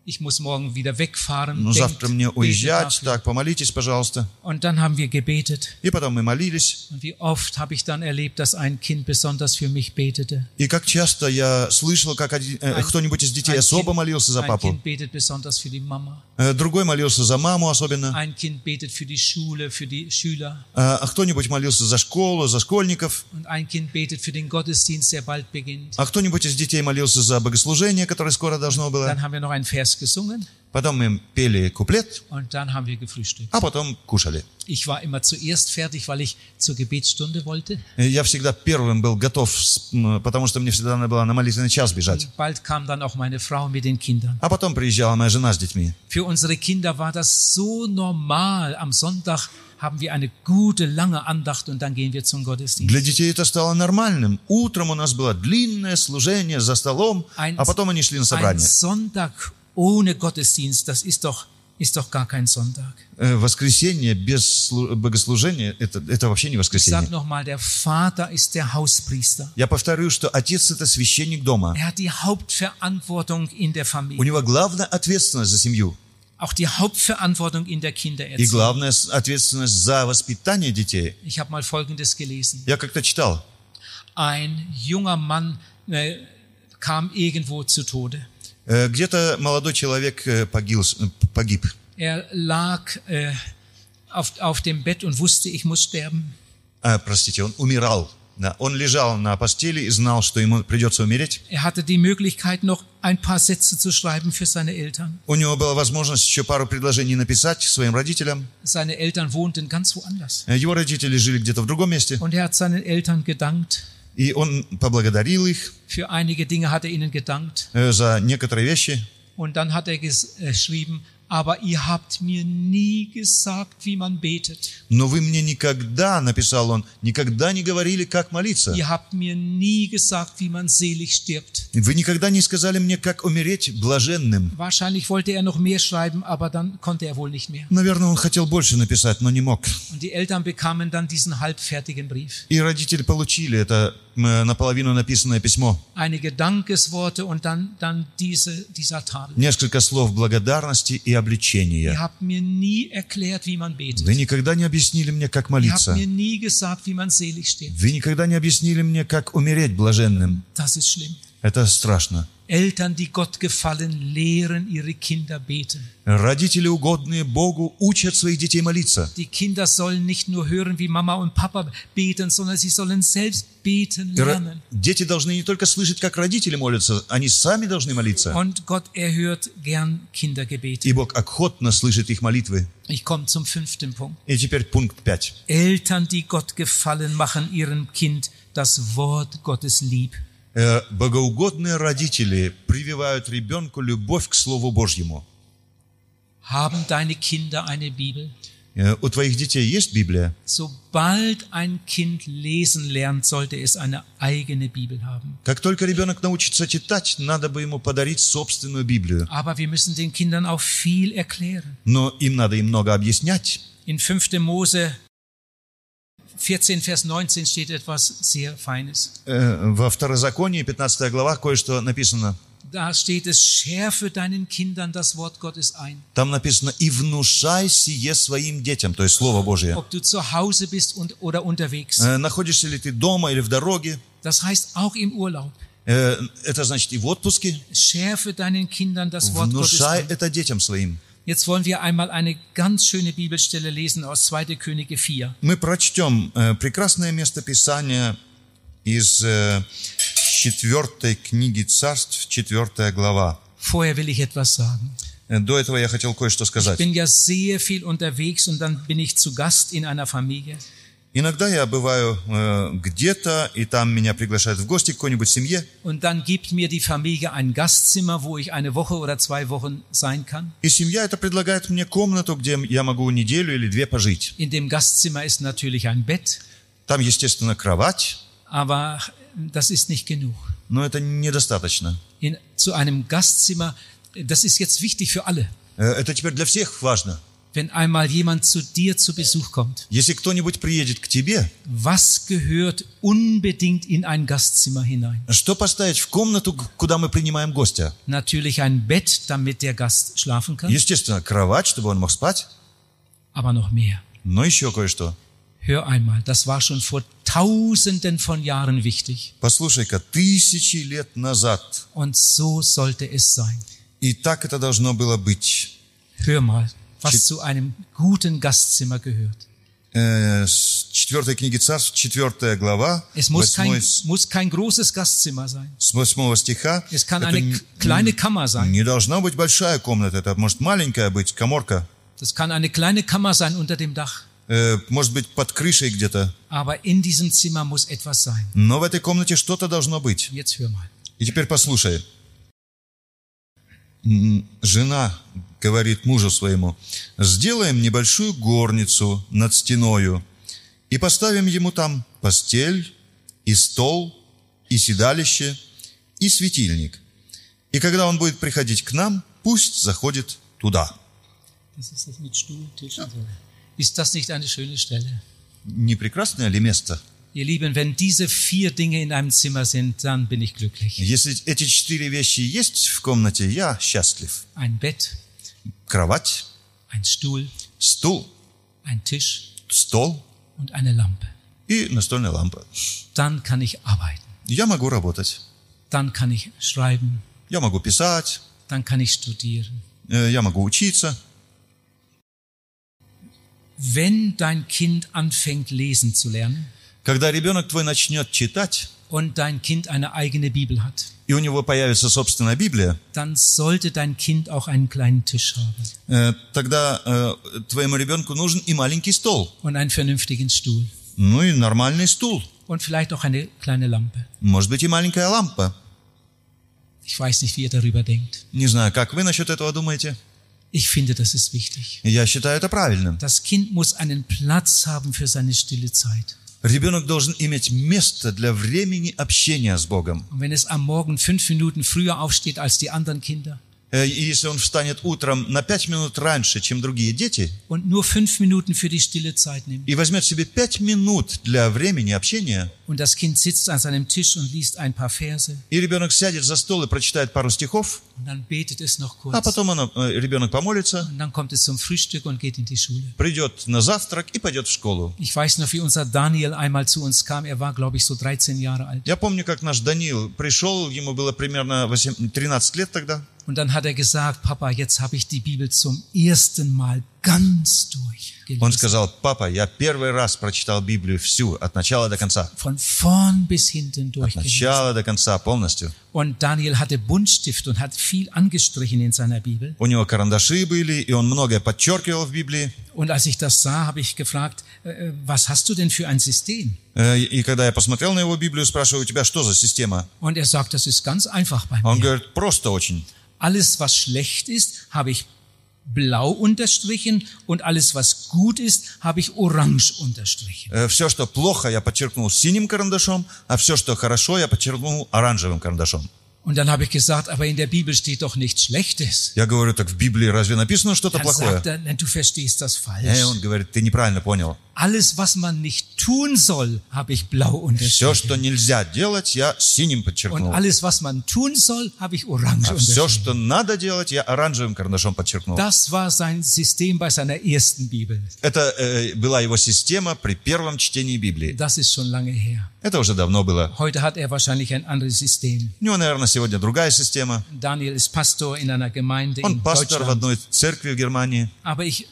Speaker 1: ich muss morgen wieder wegfahren.
Speaker 2: Ну,
Speaker 1: denkt,
Speaker 2: завтра мне
Speaker 1: betet
Speaker 2: уезжать,
Speaker 1: dafür.
Speaker 2: так, помолитесь, пожалуйста.
Speaker 1: Und dann haben wir gebetet.
Speaker 2: И потом мы молились.
Speaker 1: Und wie oft habe ich dann erlebt, dass ein Kind besonders für mich betete.
Speaker 2: И как часто я слышал, как один- э, кто-нибудь из детей
Speaker 1: Ein
Speaker 2: особо
Speaker 1: Kind-
Speaker 2: молился за
Speaker 1: ein
Speaker 2: папу,
Speaker 1: Kind betet besonders für die Mama.
Speaker 2: э, другой молился за маму особенно,
Speaker 1: Ein Kind betet für die Schule, für die Schüler.
Speaker 2: а а кто-нибудь молился за школу, за школьников,
Speaker 1: Und ein Kind betet für den Gottesdienst, der bald beginnt.
Speaker 2: а кто-нибудь из детей молился за богослужение, которое скоро должно было.
Speaker 1: Dann haben wir noch einen Vers gesungen
Speaker 2: Потом мы пели куплет,
Speaker 1: und dann haben wir gefrühstückt.
Speaker 2: а потом кушали.
Speaker 1: Ich war immer zuerst fertig, weil ich zur Gebetsstunde wollte.
Speaker 2: Э, Я всегда первым был готов, с- м, потому что мне всегда надо было на молитвенный час бежать.
Speaker 1: Bald kam dann auch meine Frau mit den Kindern.
Speaker 2: А потом приезжала моя жена с детьми.
Speaker 1: Für unsere Kinder war das so normal. Am Sonntag haben wir eine gute, lange Andacht und dann gehen wir zum Gottesdienst.
Speaker 2: Для детей это стало нормальным. Утром у нас было длинное служение за столом,
Speaker 1: Ein-
Speaker 2: а потом они шли на
Speaker 1: Ein
Speaker 2: собрание.
Speaker 1: Sonntag ohne Gottesdienst, das ist doch, ist doch gar kein Sonntag.
Speaker 2: Э, Воскресенье без слу- богослужения это, – это вообще не
Speaker 1: Ich sage
Speaker 2: воскресенье.
Speaker 1: nochmal, der Vater ist der Hauspriester.
Speaker 2: Я повторю, что отец – это священник дома.
Speaker 1: Er hat die Hauptverantwortung in der
Speaker 2: У
Speaker 1: Familie,
Speaker 2: него главная ответственность за семью
Speaker 1: auch die Hauptverantwortung in der
Speaker 2: и
Speaker 1: Kindererziehung.
Speaker 2: главная с- ответственность за воспитание детей.
Speaker 1: Ich habe mal Folgendes gelesen.
Speaker 2: Я как-то читал,
Speaker 1: Ein junger Mann äh, kam irgendwo zu Tode.
Speaker 2: э, где-то молодой человек э, погил- э, погиб.
Speaker 1: Er lag äh, auf, auf dem Bett und wusste, ich muss sterben.
Speaker 2: А, простите, он умирал. Да, он лежал на постели и знал, что ему придется умереть.
Speaker 1: Er hatte die Möglichkeit, noch ein paar Sätze zu schreiben für seine Eltern.
Speaker 2: У него была возможность еще пару предложений написать своим родителям.
Speaker 1: Seine Eltern wohnten ganz woanders.
Speaker 2: Э, Его родители жили где-то в другом месте,
Speaker 1: Und er hat seinen Eltern gedankt.
Speaker 2: и он поблагодарил их
Speaker 1: Für einige Dinge hat er ihnen gedankt.
Speaker 2: э, за некоторые вещи.
Speaker 1: Und dann hat er ges- äh, geschrieben, aber ihr habt mir nie gesagt, wie man betet.
Speaker 2: «Но вы мне никогда, — написал он, — никогда не говорили, как молиться.
Speaker 1: Ihr habt mir nie gesagt, wie man selig stirbt.
Speaker 2: Вы никогда не сказали мне, как умереть блаженным».
Speaker 1: Wahrscheinlich wollte er noch mehr schreiben, aber dann konnte er wohl nicht mehr.
Speaker 2: Наверное, он хотел больше написать, но не мог.
Speaker 1: Und die Eltern bekamen dann diesen halbfertigen Brief.
Speaker 2: И родители получили это м, наполовину написанное письмо.
Speaker 1: Einige Dankesworte und dann, dann diese, dieser Tadel.
Speaker 2: Несколько слов благодарности и обличения.
Speaker 1: Ihr habt mir nie erklärt, wie man betet.
Speaker 2: Вы никогда не объяснили мне, как
Speaker 1: Ihr habt
Speaker 2: молиться.
Speaker 1: mir nie gesagt, wie man selig stirbt.
Speaker 2: Вы никогда не объяснили мне, как умереть блаженным.
Speaker 1: Das ist schlimm.
Speaker 2: Это страшно.
Speaker 1: Eltern, die Gott gefallen, lehren ihre Kinder beten.
Speaker 2: Родители, угодные Богу, учат своих детей молиться.
Speaker 1: Die Kinder sollen nicht nur hören, wie Mama und Papa beten, sondern sie sollen selbst beten
Speaker 2: И ро-
Speaker 1: lernen.
Speaker 2: Дети должны не только слышать, как родители молятся, они сами должны молиться.
Speaker 1: Und Gott erhört gern Kindergebete.
Speaker 2: И Бог охотно слышит их молитвы.
Speaker 1: Ich komme zum fünften Punkt.
Speaker 2: И теперь пункт 5.
Speaker 1: Eltern, die Gott gefallen, machen ihrem Kind das Wort Gottes lieb.
Speaker 2: Э, Богоугодные родители прививают ребенку любовь к Слову Божьему.
Speaker 1: Haben deine Kinder eine Bibel?
Speaker 2: Э, У твоих детей есть Библия?
Speaker 1: Sobald ein Kind lesen lernt, sollte es eine eigene Bibel haben.
Speaker 2: Как только ребенок научится читать, надо бы ему подарить собственную Библию.
Speaker 1: Aber wir müssen den Kindern auch viel erklären.
Speaker 2: Но им надо и много объяснять.
Speaker 1: In 5. Mose 14, Vers 19 steht etwas sehr Feines.
Speaker 2: Э, Во Второзаконии, 15 глава, кое-что написано.
Speaker 1: Da steht es, schärfe deinen Kindern das Wort Gottes ein.
Speaker 2: Там написано «И внушай сие своим детям», то есть Слово Божие.
Speaker 1: Ob du zu Hause bist und, oder unterwegs.
Speaker 2: Э, Находишься ли ты дома или в дороге,
Speaker 1: Das heißt auch im Urlaub.
Speaker 2: э, это значит и в отпуске.
Speaker 1: Schärfe deinen Kindern das Wort Gottes
Speaker 2: Внушай
Speaker 1: ein.
Speaker 2: это детям своим.
Speaker 1: Jetzt wollen wir einmal eine ganz schöne Bibelstelle lesen aus 2. Könige 4.
Speaker 2: Мы прочтем э, прекрасное место Писания из э, четвертой книги царств, четвертая глава.
Speaker 1: Vorher will ich etwas sagen.
Speaker 2: Э, До этого я хотел кое-что сказать.
Speaker 1: bin ja sehr viel unterwegs und dann bin ich zu Gast in einer Familie.
Speaker 2: Иногда я бываю э, где-то, и там меня приглашают в гости к какой-нибудь семье,
Speaker 1: Und dann gibt mir die Familie ein Gastzimmer, wo ich eine Woche oder zwei Wochen sein kann.
Speaker 2: и семья это предлагает мне комнату, где я могу неделю или две пожить.
Speaker 1: In dem Gastzimmer ist natürlich ein Bett,
Speaker 2: Там, естественно, кровать,
Speaker 1: aber das ist nicht genug.
Speaker 2: но это недостаточно.
Speaker 1: In, zu einem Gastzimmer, das ist jetzt wichtig für alle.
Speaker 2: Э, Это теперь для всех важно.
Speaker 1: wenn einmal jemand zu dir zu Besuch kommt?
Speaker 2: Если кто-нибудь приедет к тебе,
Speaker 1: Was gehört unbedingt in ein Gastzimmer hinein?
Speaker 2: что поставить в комнату, к- куда мы принимаем гостя?
Speaker 1: Natürlich ein Bett, damit der Gast schlafen kann,
Speaker 2: Естественно, кровать, чтобы он мог спать,
Speaker 1: aber noch mehr.
Speaker 2: но еще кое-что.
Speaker 1: Hör einmal, das war schon vor tausenden von Jahren wichtig.
Speaker 2: Послушай-ка, тысячи лет назад,
Speaker 1: Und so sollte es sein.
Speaker 2: и так это должно было быть.
Speaker 1: Hör mal,
Speaker 2: Chi-
Speaker 1: was zu einem guten Gastzimmer gehört.
Speaker 2: Э, С четвертой книги царств, четвертая глава,
Speaker 1: Es muss
Speaker 2: восьмой
Speaker 1: kein,
Speaker 2: с
Speaker 1: muss kein großes Gastzimmer sein.
Speaker 2: с восьмого стиха.
Speaker 1: Es kann
Speaker 2: Это
Speaker 1: eine
Speaker 2: н-
Speaker 1: k- kleine Kammer sein.
Speaker 2: не должна быть большая комната, это может маленькая быть, коморка,
Speaker 1: Das kann eine kleine Kammer sein unter dem Dach.
Speaker 2: э, может быть под крышей где-то.
Speaker 1: Aber in diesem Zimmer muss etwas sein.
Speaker 2: Но в этой комнате что-то должно быть.
Speaker 1: Jetzt hör mal.
Speaker 2: И теперь послушай. М, Жена говорит мужу своему, сделаем небольшую горницу над стеною и поставим ему там постель и стол и седалище и светильник. И когда он будет приходить к нам, пусть заходит туда.
Speaker 1: Das ist das mit Stuhl, Tisch und so. Ist das nicht eine schöne Stelle?
Speaker 2: Не прекрасное ли место?
Speaker 1: Ihr Lieben, wenn diese vier Dinge in einem Zimmer sind, dann bin ich glücklich.
Speaker 2: Если эти четыре вещи есть в комнате, я счастлив.
Speaker 1: Ein Bett,
Speaker 2: Кровать,
Speaker 1: ein Stuhl,
Speaker 2: стул,
Speaker 1: ein Tisch
Speaker 2: стол
Speaker 1: und eine Lampe.
Speaker 2: и настольная лампа.
Speaker 1: Dann kann ich arbeiten.
Speaker 2: Я могу работать.
Speaker 1: Dann kann ich schreiben.
Speaker 2: Я могу писать,
Speaker 1: Dann kann ich studieren.
Speaker 2: э, я могу учиться.
Speaker 1: Wenn dein Kind anfängt lesen zu lernen
Speaker 2: Когда ребенок твой начнет читать,
Speaker 1: und dein Kind eine eigene Bibel hat,
Speaker 2: и у него появится собственная Библия,
Speaker 1: dann sollte dein Kind auch einen kleinen Tisch haben
Speaker 2: э, тогда э, твоему ребенку нужен и маленький стол,
Speaker 1: und einen vernünftigen Stuhl
Speaker 2: ну и нормальный стул,
Speaker 1: und vielleicht auch eine kleine Lampe.
Speaker 2: может быть и маленькая лампа.
Speaker 1: Ich weiß nicht, wie ihr darüber denkt.
Speaker 2: Не знаю, как вы насчет этого думаете?
Speaker 1: Ich finde, das ist wichtig.
Speaker 2: Я считаю это правильным.
Speaker 1: Das Kind muss einen Platz haben für seine stille Zeit.
Speaker 2: Ребенок должен иметь место для времени общения с Богом.
Speaker 1: Und wenn es am Morgen fünf Minuten früher aufsteht als die anderen Kinder
Speaker 2: Э, И если он встанет утром на пять минут раньше, чем другие дети,
Speaker 1: und nur fünf Minuten für die stille Zeit nimmt
Speaker 2: и возьмет себе пять минут для времени общения,
Speaker 1: und das Kind sitzt an seinem Tisch und liest ein paar Verse
Speaker 2: и ребенок сядет за стол и прочитает пару стихов,
Speaker 1: und dann betet es noch
Speaker 2: а
Speaker 1: kurz
Speaker 2: потом она, э, ребенок помолится,
Speaker 1: und dann kommt es zum Frühstück und geht in die Schule.
Speaker 2: придет на завтрак и пойдет в школу.
Speaker 1: Ich weiß noch, wie unser Daniel einmal zu uns kam. Er war, glaube ich, so 13 Jahre alt.
Speaker 2: Я помню, как наш Даниил пришел, ему было примерно 8 13 лет тогда,
Speaker 1: Und dann hat er gesagt, Papa, jetzt habe ich die Bibel zum ersten Mal ganz durch. gelesen.
Speaker 2: он сказал, папа, я первый раз прочитал Библию всю, от начала до конца.
Speaker 1: Von vorn bis hinten
Speaker 2: От
Speaker 1: durchgelesen.
Speaker 2: начала до конца полностью.
Speaker 1: Und Daniel hatte Buntstift und hat viel angestrichen in seiner Bibel.
Speaker 2: У него карандаши были, и он многое подчеркивал в Библии.
Speaker 1: Und als ich das sah, habe ich gefragt, äh, was hast du denn für ein System?
Speaker 2: Э, И когда я посмотрел на его Библию, спрашиваю, у тебя что за система?
Speaker 1: Und er sagt, das ist ganz einfach bei
Speaker 2: А Он
Speaker 1: mir.
Speaker 2: говорит, просто очень.
Speaker 1: Alles, was schlecht ist, habe ich blau unterstrichen und alles, was gut ist, habe ich orange unterstrichen.
Speaker 2: Э, Все, что плохо, я подчеркнул синим карандашом, а все, что хорошо, я подчеркнул оранжевым карандашом.
Speaker 1: Und dann habe ich gesagt, aber in der Bibel steht doch nichts Schlechtes.
Speaker 2: Я говорю, так в Библии разве написано что-то
Speaker 1: Dann
Speaker 2: плохое?
Speaker 1: sagt er, nein, du verstehst das
Speaker 2: И
Speaker 1: falsch.
Speaker 2: он говорит, ты неправильно понял.
Speaker 1: Alles, was man nicht tun soll, habe ich blau
Speaker 2: Все,
Speaker 1: unterstrichen.
Speaker 2: что нельзя делать, я синим
Speaker 1: Und
Speaker 2: подчеркнул.
Speaker 1: alles, was man tun soll, habe ich orange
Speaker 2: А все,
Speaker 1: unterstrichen.
Speaker 2: что надо делать, я оранжевым карандашом подчеркнул.
Speaker 1: Das war sein System bei seiner ersten Bibel.
Speaker 2: Это э, была его система при первом чтении Библии.
Speaker 1: Das ist schon lange her.
Speaker 2: Это уже давно было.
Speaker 1: Heute hat er wahrscheinlich ein anderes System.
Speaker 2: У него, наверное, сегодня другая система.
Speaker 1: Daniel ist Pastor in einer Gemeinde
Speaker 2: Он
Speaker 1: in
Speaker 2: пастор в
Speaker 1: Deutschland.
Speaker 2: одной церкви в Германии.
Speaker 1: Aber ich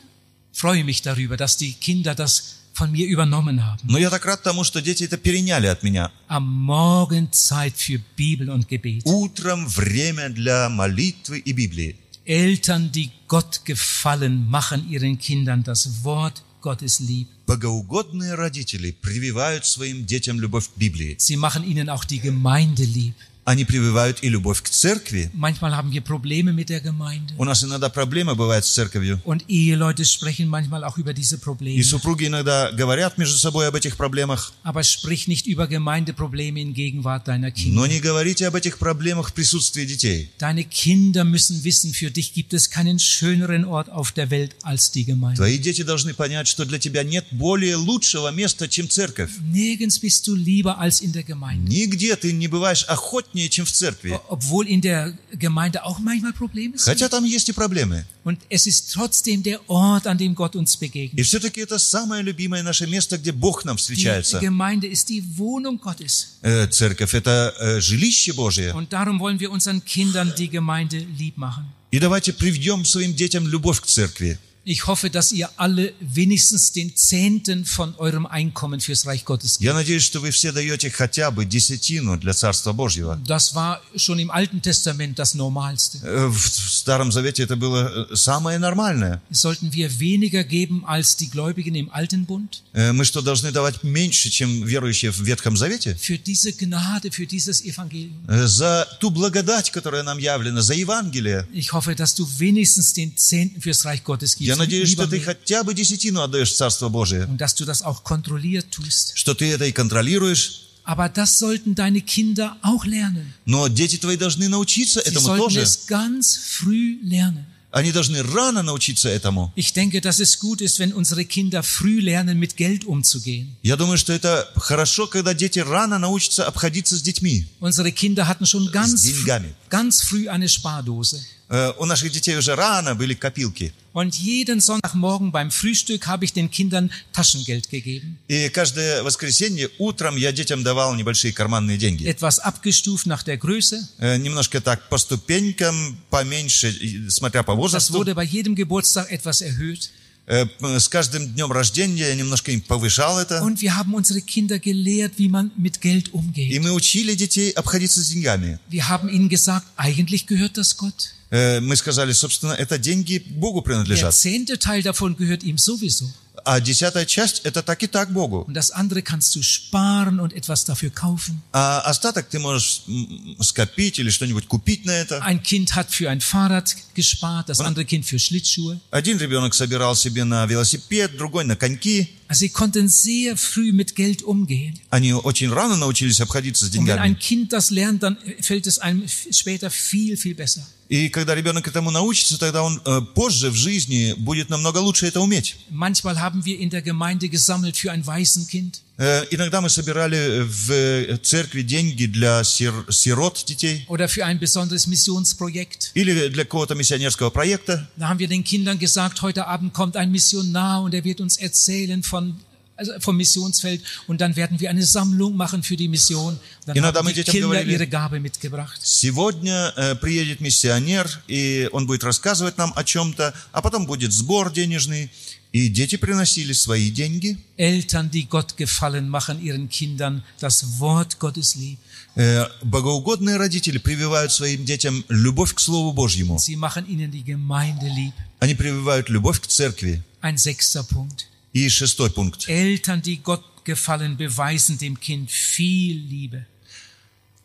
Speaker 1: freue mich darüber, dass die Kinder das von mir übernommen haben.
Speaker 2: Но я так рад тому, что дети это переняли от меня.
Speaker 1: Am Morgen Zeit für Bibel und Gebet.
Speaker 2: Утром время для молитвы и Библии.
Speaker 1: Eltern, die Gott gefallen, machen ihren Kindern das Wort Gottes lieb.
Speaker 2: Богоугодные родители прививают своим детям любовь к Библии.
Speaker 1: Sie machen ihnen auch die Gemeinde lieb.
Speaker 2: они прививают и любовь к церкви.
Speaker 1: Manchmal haben wir Probleme mit der Gemeinde.
Speaker 2: У нас иногда проблемы бывают с церковью.
Speaker 1: Und Eheleute sprechen manchmal auch über diese
Speaker 2: И
Speaker 1: Probleme.
Speaker 2: супруги иногда говорят между собой об этих проблемах,
Speaker 1: Aber sprich nicht über Gemeindeprobleme in Gegenwart deiner Kinder.
Speaker 2: но не говорите об этих проблемах в присутствии детей.
Speaker 1: Deine Kinder müssen wissen, für dich gibt es keinen schöneren Ort auf der Welt als die Gemeinde.
Speaker 2: Твои дети должны понять, что для тебя нет более лучшего места, чем церковь.
Speaker 1: Nirgends bist du lieber als in der Gemeinde.
Speaker 2: Нигде ты не бываешь охотнее, чем в церкви.
Speaker 1: Obwohl in der Gemeinde auch manchmal Probleme sind.
Speaker 2: Хотя там есть и проблемы.
Speaker 1: Und es ist trotzdem der Ort, an dem Gott uns
Speaker 2: И
Speaker 1: begegnet.
Speaker 2: все-таки это самое любимое наше место, где Бог нам
Speaker 1: Die
Speaker 2: встречается.
Speaker 1: Gemeinde ist die Wohnung Gottes.
Speaker 2: Э, Церковь – это э, жилище Божие.
Speaker 1: Und darum wollen wir unseren Kindern die Gemeinde lieb machen.
Speaker 2: И давайте приведем своим детям любовь к церкви.
Speaker 1: Ich hoffe, dass ihr alle wenigstens den Zehnten von eurem Einkommen fürs Reich Gottes gebt.
Speaker 2: Я надеюсь, что вы все даете хотя бы десятину для Царства Божьего.
Speaker 1: Das war schon im Alten Testament das Normalste.
Speaker 2: Э, В в Старом Завете это было э, самое нормальное.
Speaker 1: Sollten wir weniger geben als die Gläubigen im Alten Bund?
Speaker 2: Э, Мы что, должны давать меньше, чем верующие в Ветхом Завете?
Speaker 1: Für diese Gnade, für dieses Evangelium.
Speaker 2: Э, За ту благодать, которая нам явлена, за Евангелие.
Speaker 1: Ich hoffe, dass du wenigstens den Zehnten fürs Reich Gottes gibst.
Speaker 2: Я надеюсь, что
Speaker 1: Lieber
Speaker 2: ты
Speaker 1: mehr.
Speaker 2: хотя бы десятину отдаешь в Царство Божие,
Speaker 1: Und dass du das auch kontrolliert tust.
Speaker 2: что ты это и контролируешь.
Speaker 1: Aber das sollten deine Kinder auch lernen.
Speaker 2: Но дети твои должны научиться
Speaker 1: Sie
Speaker 2: этому
Speaker 1: sollten
Speaker 2: тоже.
Speaker 1: es ganz früh lernen.
Speaker 2: Они должны рано научиться этому.
Speaker 1: Ich denke, dass es gut ist, wenn unsere Kinder früh lernen, mit Geld umzugehen.
Speaker 2: Я думаю, что это хорошо, когда дети рано научатся обходиться с детьми.
Speaker 1: Unsere Kinder hatten schon ganz,
Speaker 2: С деньгами.
Speaker 1: ganz früh eine Spardose.
Speaker 2: Э, У наших детей уже рано были копилки.
Speaker 1: Und jeden Sonntagmorgen beim Frühstück habe ich den Kindern Taschengeld gegeben.
Speaker 2: И каждое воскресенье утром я детям давал небольшие карманные деньги.
Speaker 1: Etwas abgestuft nach der Größe.
Speaker 2: Э, Немножко так по ступенькам, поменьше, и смотря по
Speaker 1: Das
Speaker 2: возрасту.
Speaker 1: wurde bei jedem Geburtstag etwas erhöht.
Speaker 2: Э, п- С каждым днем рождения я немножко им повышал это.
Speaker 1: Und wir haben unsere Kinder gelehrt, wie man mit Geld
Speaker 2: И
Speaker 1: umgeht.
Speaker 2: мы учили детей обходиться с деньгами.
Speaker 1: Wir haben ihnen gesagt, eigentlich gehört das Gott.
Speaker 2: Э, Мы сказали, собственно, это деньги Богу
Speaker 1: Der
Speaker 2: принадлежат.
Speaker 1: zehnte Teil davon gehört ihm sowieso.
Speaker 2: А десятая часть – это так и так Богу.
Speaker 1: Und das andere kannst du sparen und etwas dafür kaufen.
Speaker 2: А остаток ты можешь м, скопить или что-нибудь купить на это.
Speaker 1: Ein Kind hat für ein Fahrrad gespart, das andere Kind für Schlittschuhe.
Speaker 2: Один ребенок собирал себе на велосипед, другой на коньки.
Speaker 1: Also sie konnten sehr früh mit Geld umgehen.
Speaker 2: Они очень рано научились обходиться с
Speaker 1: Und wenn
Speaker 2: деньгами.
Speaker 1: ein Kind das lernt, dann fällt es einem f- später viel, viel besser.
Speaker 2: И когда ребенок этому научится, тогда он э, позже в жизни будет намного лучше это уметь.
Speaker 1: Manchmal haben wir in der Gemeinde gesammelt für ein Waisenkind.
Speaker 2: Э, иногда мы собирали в э, церкви деньги для сир- сирот детей
Speaker 1: oder für ein besonderes Missionsprojekt.
Speaker 2: или для какого-то миссионерского проекта.
Speaker 1: Da haben wir den Kindern gesagt, heute Abend kommt ein Missionar und er wird uns erzählen von also vom Missionsfeld und dann werden wir eine Sammlung machen für die Mission. Dann
Speaker 2: Genau,
Speaker 1: haben
Speaker 2: damit
Speaker 1: die
Speaker 2: ich jetzt
Speaker 1: Kinder
Speaker 2: говорили.
Speaker 1: ihre Gabe mitgebracht.
Speaker 2: Сегодня э, приедет миссионер, и он будет рассказывать нам о чем-то, а потом будет сбор денежный, и дети приносили свои деньги.
Speaker 1: Eltern, die Gott gefallen, machen ihren Kindern das Wort Gottes lieb.
Speaker 2: Э, Богоугодные родители прививают своим детям любовь к Слову Божьему.
Speaker 1: Sie machen ihnen die Gemeinde lieb.
Speaker 2: Они прививают любовь к церкви.
Speaker 1: Ein sechster Punkt.
Speaker 2: И шестой пункт.
Speaker 1: Eltern, die Gott gefallen, beweisen dem Kind viel Liebe.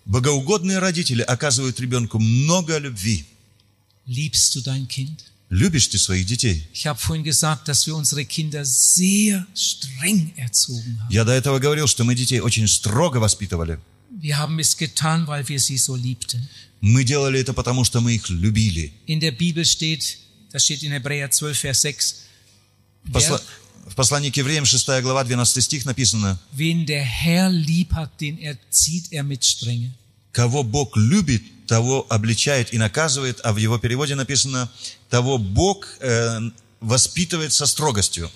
Speaker 2: Богоугодные родители оказывают ребенку много любви.
Speaker 1: Liebst du dein Kind?
Speaker 2: Любишь ты своих детей?
Speaker 1: Ich habe vorhin gesagt, dass wir unsere Kinder sehr streng erzogen haben.
Speaker 2: Я до этого говорил, что мы детей очень строго воспитывали.
Speaker 1: Wir haben es getan, weil wir sie so liebten.
Speaker 2: Мы делали это потому, что мы их любили.
Speaker 1: In der Bibel steht, das steht in Hebräer 12, Vers 6,
Speaker 2: В, посла- в послании к евреям 6 глава 12 стих написано,
Speaker 1: wen der Herr lieb hat, den erzieht er mit Strenge.
Speaker 2: «Кого Бог любит, того обличает и наказывает», а в его переводе написано «того Бог э, воспитывает со строгостью».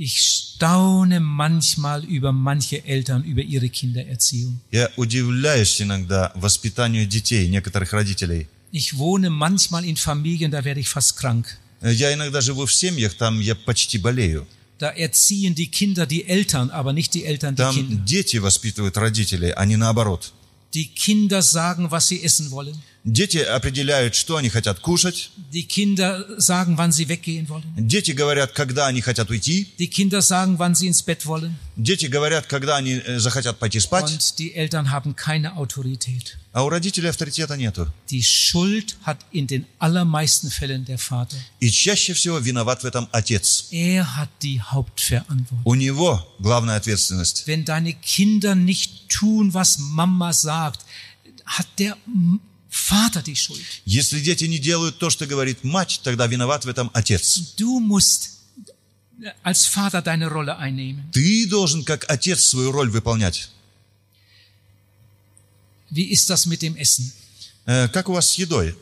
Speaker 1: Ich staune manchmal über manche Eltern, über ihre Kindererziehung.
Speaker 2: Я удивляюсь иногда воспитанию детей некоторых родителей.
Speaker 1: Ich wohne manchmal in Familien, da werde ich fast krank.
Speaker 2: Я иногда живу в семьях, там я почти болею.
Speaker 1: Da erziehen die Kinder die Eltern, aber nicht die Eltern die Kinder.
Speaker 2: Там дети воспитывают родителей, а не наоборот.
Speaker 1: Die Kinder sagen, was sie essen wollen.
Speaker 2: Дети определяют, что они хотят кушать.
Speaker 1: Die Kinder sagen, wann sie weggehen wollen.
Speaker 2: Дети говорят, когда они хотят уйти.
Speaker 1: Die Kinder sagen, wann sie ins Bett wollen.
Speaker 2: Дети говорят, когда они э, захотят пойти спать,
Speaker 1: Und die Eltern haben keine Autorität.
Speaker 2: а у родителей авторитета нету.
Speaker 1: Die Schuld hat in den allermeisten Fällen der Vater.
Speaker 2: И чаще всего виноват в этом отец.
Speaker 1: Er hat die Hauptverantwortung.
Speaker 2: У него главная ответственность.
Speaker 1: Wenn deine Kinder nicht tun, was Mama sagt, hat der M- Vater die Schuld.
Speaker 2: Если дети не делают то, что говорит мать, тогда виноват в этом отец.
Speaker 1: Du musst als Vater deine Rolle einnehmen.
Speaker 2: Ты должен как отец свою роль выполнять.
Speaker 1: Wie ist das mit dem Essen?
Speaker 2: Э, Как у вас с едой?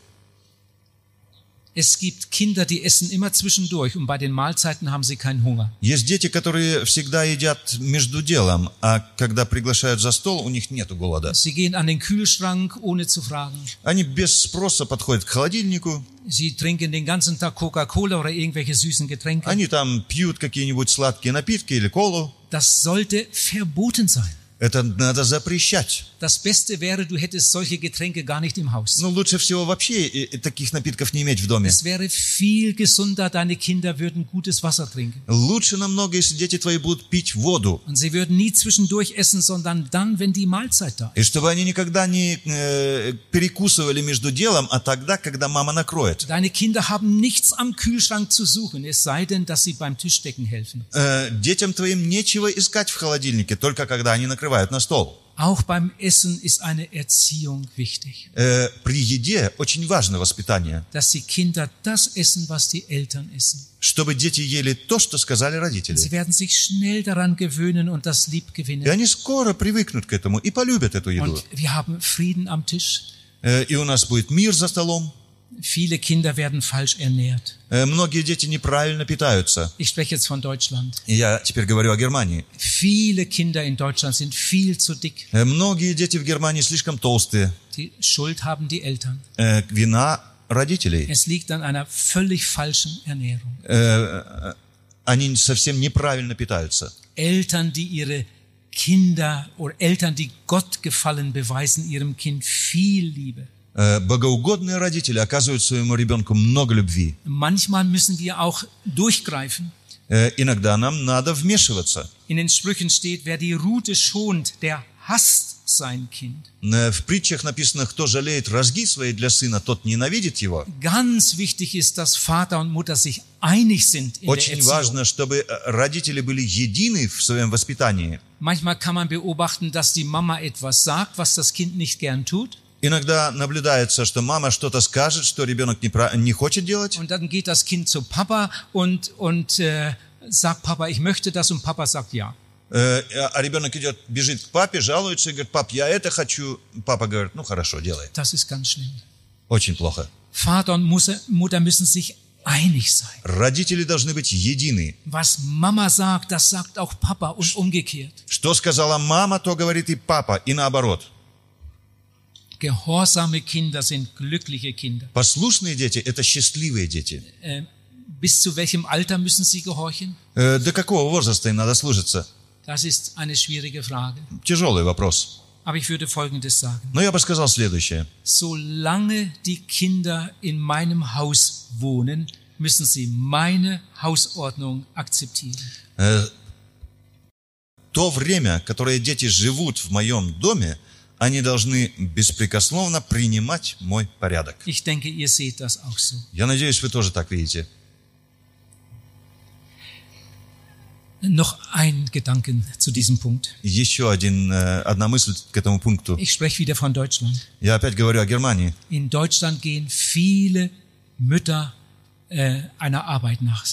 Speaker 1: Es gibt Kinder, die essen immer zwischendurch und bei den Mahlzeiten haben sie keinen Hunger.
Speaker 2: Есть дети, которые всегда едят между делом, а когда приглашают за стол, у них нет голода.
Speaker 1: Sie gehen an den Kühlschrank, ohne zu fragen.
Speaker 2: Они без спроса подходят к холодильнику,
Speaker 1: Sie trinken den ganzen Tag Coca-Cola oder irgendwelche süßen Getränke.
Speaker 2: они там пьют какие-нибудь сладкие напитки или колу.
Speaker 1: Das sollte verboten sein.
Speaker 2: Это надо запрещать.
Speaker 1: Das Beste wäre, du hättest solche Getränke gar nicht im Haus.
Speaker 2: Ну, лучше всего вообще э, э, таких напитков не иметь в доме.
Speaker 1: Es wäre viel gesunder, deine Kinder würden gutes Wasser trinken.
Speaker 2: Лучше намного, если дети твои будут пить воду.
Speaker 1: Und sie würden nie zwischendurch essen, sondern dann, wenn die Mahlzeit da ist.
Speaker 2: И чтобы они никогда не э, перекусывали между делом, а тогда, когда мама накроет.
Speaker 1: Deine Kinder haben nichts am Kühlschrank zu suchen, es sei denn, dass sie beim Tischdecken helfen.
Speaker 2: Э, детям твоим нечего искать в холодильнике, только когда они накрывают на стол.
Speaker 1: Auch beim Essen ist eine Erziehung wichtig,
Speaker 2: Э, при еде очень важно воспитание,
Speaker 1: dass die Kinder das essen, was die Eltern essen.
Speaker 2: чтобы дети ели то, что сказали родители.
Speaker 1: Sie werden sich schnell daran gewöhnen und das lieb
Speaker 2: И
Speaker 1: gewinnen.
Speaker 2: они скоро привыкнут к этому и полюбят эту еду.
Speaker 1: Und wir haben Frieden am Tisch.
Speaker 2: Э, и у нас будет мир за столом.
Speaker 1: Viele Kinder werden falsch ernährt.
Speaker 2: Э, многие дети неправильно питаются.
Speaker 1: Ich spreche jetzt von Deutschland.
Speaker 2: И Я теперь говорю о Германии.
Speaker 1: Viele Kinder in Deutschland sind viel zu dick.
Speaker 2: Э, Многие дети в Германии слишком толстые.
Speaker 1: Die Schuld haben die Eltern.
Speaker 2: Э, Вина родителей.
Speaker 1: Es liegt an einer völlig falschen Ernährung.
Speaker 2: Э, Они совсем неправильно питаются.
Speaker 1: Eltern, die ihre Kinder oder Eltern, die Gott gefallen, beweisen ihrem Kind viel Liebe.
Speaker 2: Э, Богоугодные родители оказывают своему ребенку много любви.
Speaker 1: Manchmal müssen wir auch durchgreifen.
Speaker 2: Э, Иногда нам надо вмешиваться.
Speaker 1: In den Sprüchen steht, wer die Rute schont, der hasst sein Kind.
Speaker 2: Э, В притчах написано, кто жалеет разги свои для сына, тот ненавидит его.
Speaker 1: Ganz wichtig ist, dass Vater und Mutter sich einig sind in der
Speaker 2: Очень
Speaker 1: Erziehung.
Speaker 2: важно, чтобы э, родители были едины в своем воспитании.
Speaker 1: Manchmal kann man beobachten, dass die Mama etwas sagt, was das Kind nicht gern tut.
Speaker 2: Иногда наблюдается, что мама что-то скажет, что ребенок не, пра- не хочет делать,
Speaker 1: Und dann geht das Kind zu Papa und, und äh, sagt Papa, ich möchte das und Papa sagt ja.
Speaker 2: Э, а ребенок идет, бежит к папе, жалуется и говорит, пап, я это хочу. Папа говорит, ну хорошо, делай.
Speaker 1: Das ist ganz schlimm.
Speaker 2: Очень плохо.
Speaker 1: Vater und Musse- Mutter müssen sich einig sein.
Speaker 2: Родители должны быть едины.
Speaker 1: Was Mama sagt, das sagt auch Papa und umgekehrt.
Speaker 2: Что сказала мама, то говорит и папа, и наоборот.
Speaker 1: Gehorsame Kinder sind glückliche Kinder.
Speaker 2: Послушные дети – это счастливые дети.
Speaker 1: Ähm, bis zu welchem Alter müssen sie gehorchen?
Speaker 2: Э, до какого возраста им надо служиться?
Speaker 1: Das ist eine schwierige Frage.
Speaker 2: Тяжелый вопрос.
Speaker 1: Aber ich würde Folgendes sagen.
Speaker 2: Но я бы сказал следующее.
Speaker 1: Solange die Kinder in meinem Haus wohnen, müssen sie meine Hausordnung akzeptieren.
Speaker 2: Э, то время, которое дети живут в моем доме, они должны беспрекословно принимать мой порядок.
Speaker 1: Ich denke, ihr seht das auch so.
Speaker 2: Я надеюсь, вы тоже так видите.
Speaker 1: Noch ein Gedanken zu diesem Punkt.
Speaker 2: Еще один, э, одна мысль к этому пункту.
Speaker 1: Ich spreche wieder von Deutschland.
Speaker 2: Я опять говорю о Германии.
Speaker 1: In Deutschland gehen viele Mütter äh, einer Arbeit nach.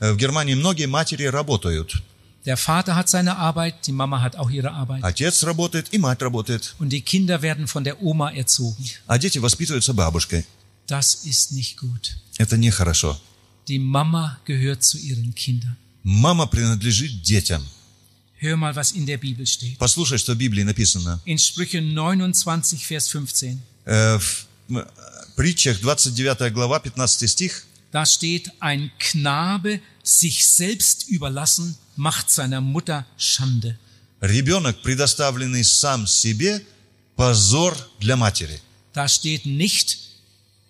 Speaker 2: Э, В Германии многие матери работают.
Speaker 1: Der Vater hat seine Arbeit, die Mama hat auch ihre Arbeit.
Speaker 2: Отец работает и мать работает.
Speaker 1: Und die Kinder werden von der Oma erzogen.
Speaker 2: А дети воспитываются бабушкой.
Speaker 1: Das ist nicht gut.
Speaker 2: Это нехорошо.
Speaker 1: Die Mama gehört zu ihren Kindern.
Speaker 2: Мама принадлежит детям.
Speaker 1: Hör mal, was in der Bibel steht.
Speaker 2: Послушай, что в Библии написано.
Speaker 1: in Sprüche 29, Vers 15.
Speaker 2: Э, В м, э, притчах 29 глава, 15 стих.
Speaker 1: Da steht, ein Knabe sich selbst überlassen, macht seiner Mutter Schande.
Speaker 2: Ребенок, предоставленный сам себе, позор для матери.
Speaker 1: Da steht nicht,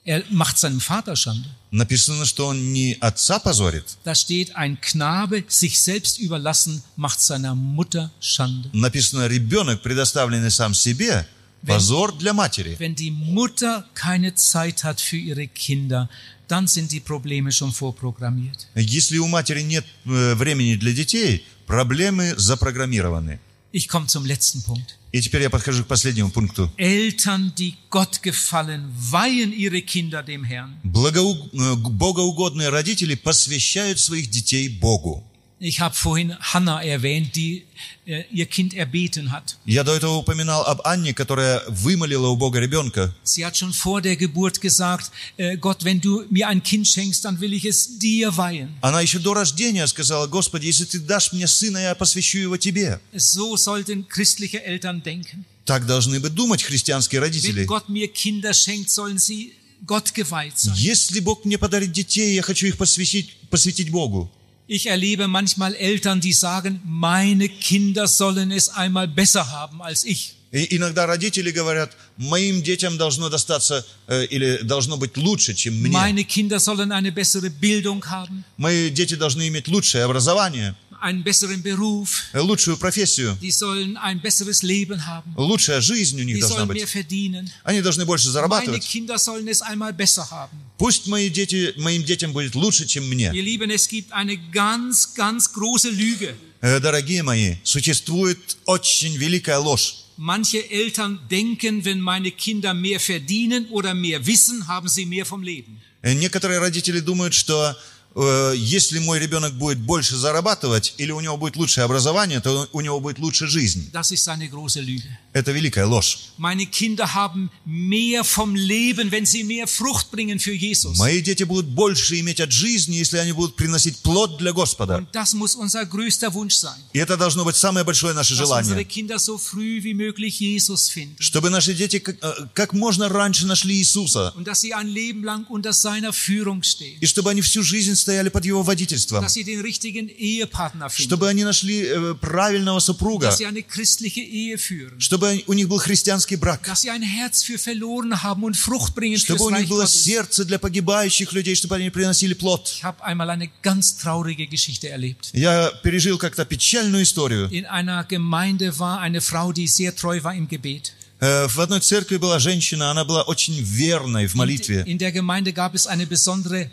Speaker 1: Er macht seinem Vater Schande.
Speaker 2: Написано, что он не отца позорит.
Speaker 1: Da steht, ein Knabe, sich selbst überlassen, macht seiner Mutter Schande.
Speaker 2: Написано, ребенок, предоставленный сам себе, позор для матери.
Speaker 1: Wenn die Mutter keine Zeit hat für ihre Kinder, dann sind die Probleme schon vorprogrammiert.
Speaker 2: Если у матери нет э, времени для детей, проблемы запрограммированы.
Speaker 1: Ich komme zum letzten Punkt.
Speaker 2: И теперь я подхожу к последнему пункту.
Speaker 1: Eltern, die Gott gefallen, weihen ihre Kinder dem Herrn.
Speaker 2: Благоу- э, Богоугодные родители посвящают своих детей Богу.
Speaker 1: Ich habe vorhin Hannah erwähnt, die äh, ihr Kind erbeten hat.
Speaker 2: Я до этого упоминал об Анне, которая вымолила у Бога ребенка.
Speaker 1: Sie hat schon vor der Geburt gesagt, äh, Gott, wenn du mir ein Kind schenkst, dann will ich es dir weihen.
Speaker 2: Она еще до рождения сказала, Господи, если ты дашь мне сына, я посвящу его тебе.
Speaker 1: So sollten christliche Eltern denken.
Speaker 2: Так должны бы думать христианские
Speaker 1: Wenn
Speaker 2: родители.
Speaker 1: Gott mir Kinder schenkt, sollen sie Gott geweiht sein.
Speaker 2: Если Бог мне подарит детей, я хочу их посвятить, посвятить Богу.
Speaker 1: Ich erlebe manchmal Eltern, die sagen, meine Kinder sollen es einmal besser haben als ich.
Speaker 2: И иногда родители говорят, моим детям должно достаться э, или должно быть лучше, чем мне.
Speaker 1: Meine Kinder sollen eine bessere Bildung haben,
Speaker 2: Мои дети должны иметь лучшее образование,
Speaker 1: einen besseren Beruf.
Speaker 2: э, лучшую профессию,
Speaker 1: Die sollen ein besseres Leben haben.
Speaker 2: лучшая жизнь у них
Speaker 1: Die
Speaker 2: должна
Speaker 1: sollen mehr
Speaker 2: быть.
Speaker 1: verdienen.
Speaker 2: Они должны больше
Speaker 1: Meine
Speaker 2: зарабатывать.
Speaker 1: Kinder sollen es einmal besser haben.
Speaker 2: Пусть мои дети, моим детям будет лучше, чем мне.
Speaker 1: Ihr Lieben, es gibt eine ganz, ganz große Lüge.
Speaker 2: Э, Дорогие мои, существует очень великая ложь.
Speaker 1: Manche Eltern denken, wenn meine Kinder mehr verdienen oder mehr wissen, haben sie mehr vom Leben.
Speaker 2: Э, Некоторые родители думают, что э, если мой ребенок будет больше зарабатывать или у него будет лучшее образование, то у него будет лучше жизнь.
Speaker 1: Das ist eine große Lüge.
Speaker 2: Это великая ложь.
Speaker 1: Meine Kinder haben mehr vom Leben, wenn sie mehr Frucht bringen für Jesus.
Speaker 2: Мои дети будут больше иметь от жизни, если они будут приносить плод для Господа.
Speaker 1: Und das muss unser größter Wunsch sein,
Speaker 2: И это должно быть самое большое наше
Speaker 1: dass unsere
Speaker 2: желание,
Speaker 1: Kinder so früh wie möglich Jesus finden
Speaker 2: чтобы наши дети как, э, как можно раньше нашли Иисуса,
Speaker 1: und dass sie ein Leben lang unter seiner Führung stehen,
Speaker 2: и чтобы они всю жизнь стояли под Его водительством,
Speaker 1: dass sie den richtigen Ehepartner finden,
Speaker 2: чтобы они нашли э, правильного супруга,
Speaker 1: dass sie eine christliche Ehe führen,
Speaker 2: чтобы они- у них был христианский брак,
Speaker 1: dass sie ein Herz für verloren haben und Frucht bringen für
Speaker 2: чтобы у них
Speaker 1: Reich
Speaker 2: было
Speaker 1: Gottes.
Speaker 2: сердце для погибающих людей, чтобы они приносили плод.
Speaker 1: Ich habe einmal eine ganz traurige Geschichte erlebt.
Speaker 2: Я пережил как-то печальную историю.
Speaker 1: In einer Gemeinde war eine Frau, die sehr treu war im Gebet.
Speaker 2: Э, В одной церкви была женщина, она была очень верной в молитве.
Speaker 1: In der Gemeinde gab es eine besondere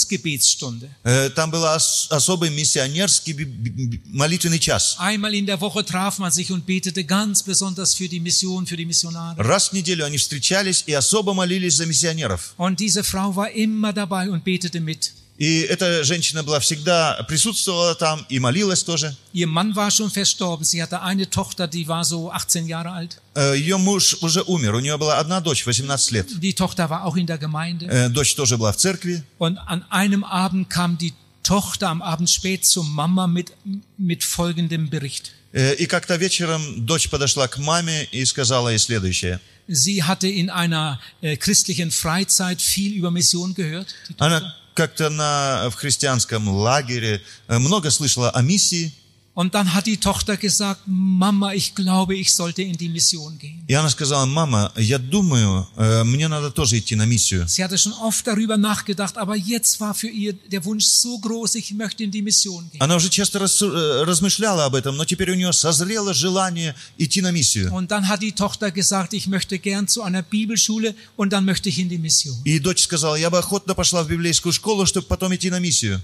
Speaker 1: Missionsgebetsstunde.
Speaker 2: Э, Там был ос- особый миссионерский би- би- молитвенный час.
Speaker 1: Einmal in der Woche traf man sich und betete ganz besonders für die Mission, für die Missionare.
Speaker 2: Раз в неделю они встречались и особо молились за миссионеров.
Speaker 1: Und diese Frau war immer dabei und betete mit.
Speaker 2: И эта женщина была всегда, присутствовала там и молилась тоже.
Speaker 1: Ihr Mann war schon verstorben. Sie hatte eine Tochter, die war so 18 Jahre alt.
Speaker 2: Э, Ее муж уже умер, у нее была одна дочь, 18 лет.
Speaker 1: Die Tochter war auch in der Gemeinde.
Speaker 2: Э, Дочь тоже была в церкви.
Speaker 1: Und an einem Abend kam die Tochter am Abend spät zur Mama mit, mit folgendem Bericht.
Speaker 2: Э, И как-то вечером дочь подошла к маме и сказала ей следующее.
Speaker 1: Sie hatte in einer äh, christlichen Freizeit viel über Mission gehört. Die
Speaker 2: Она как-то на, в христианском лагере э, много слышала о миссии,
Speaker 1: Und dann hat die Tochter gesagt, Mama, ich glaube, ich sollte in die Mission gehen.
Speaker 2: и она сказала, мама, я думаю, э, мне надо тоже идти на миссию.
Speaker 1: Sie hatte schon oft darüber nachgedacht, aber jetzt war für ihr der Wunsch so groß, ich möchte in die Mission gehen.
Speaker 2: Она уже часто рас- э, размышляла об этом, но теперь у нее созрело желание идти на миссию.
Speaker 1: Und dann hat die Tochter gesagt, ich möchte gern zu einer Bibelschule und dann möchte ich in die Mission.
Speaker 2: И дочь сказала, я бы охотно пошла в библейскую школу, чтобы потом идти на миссию.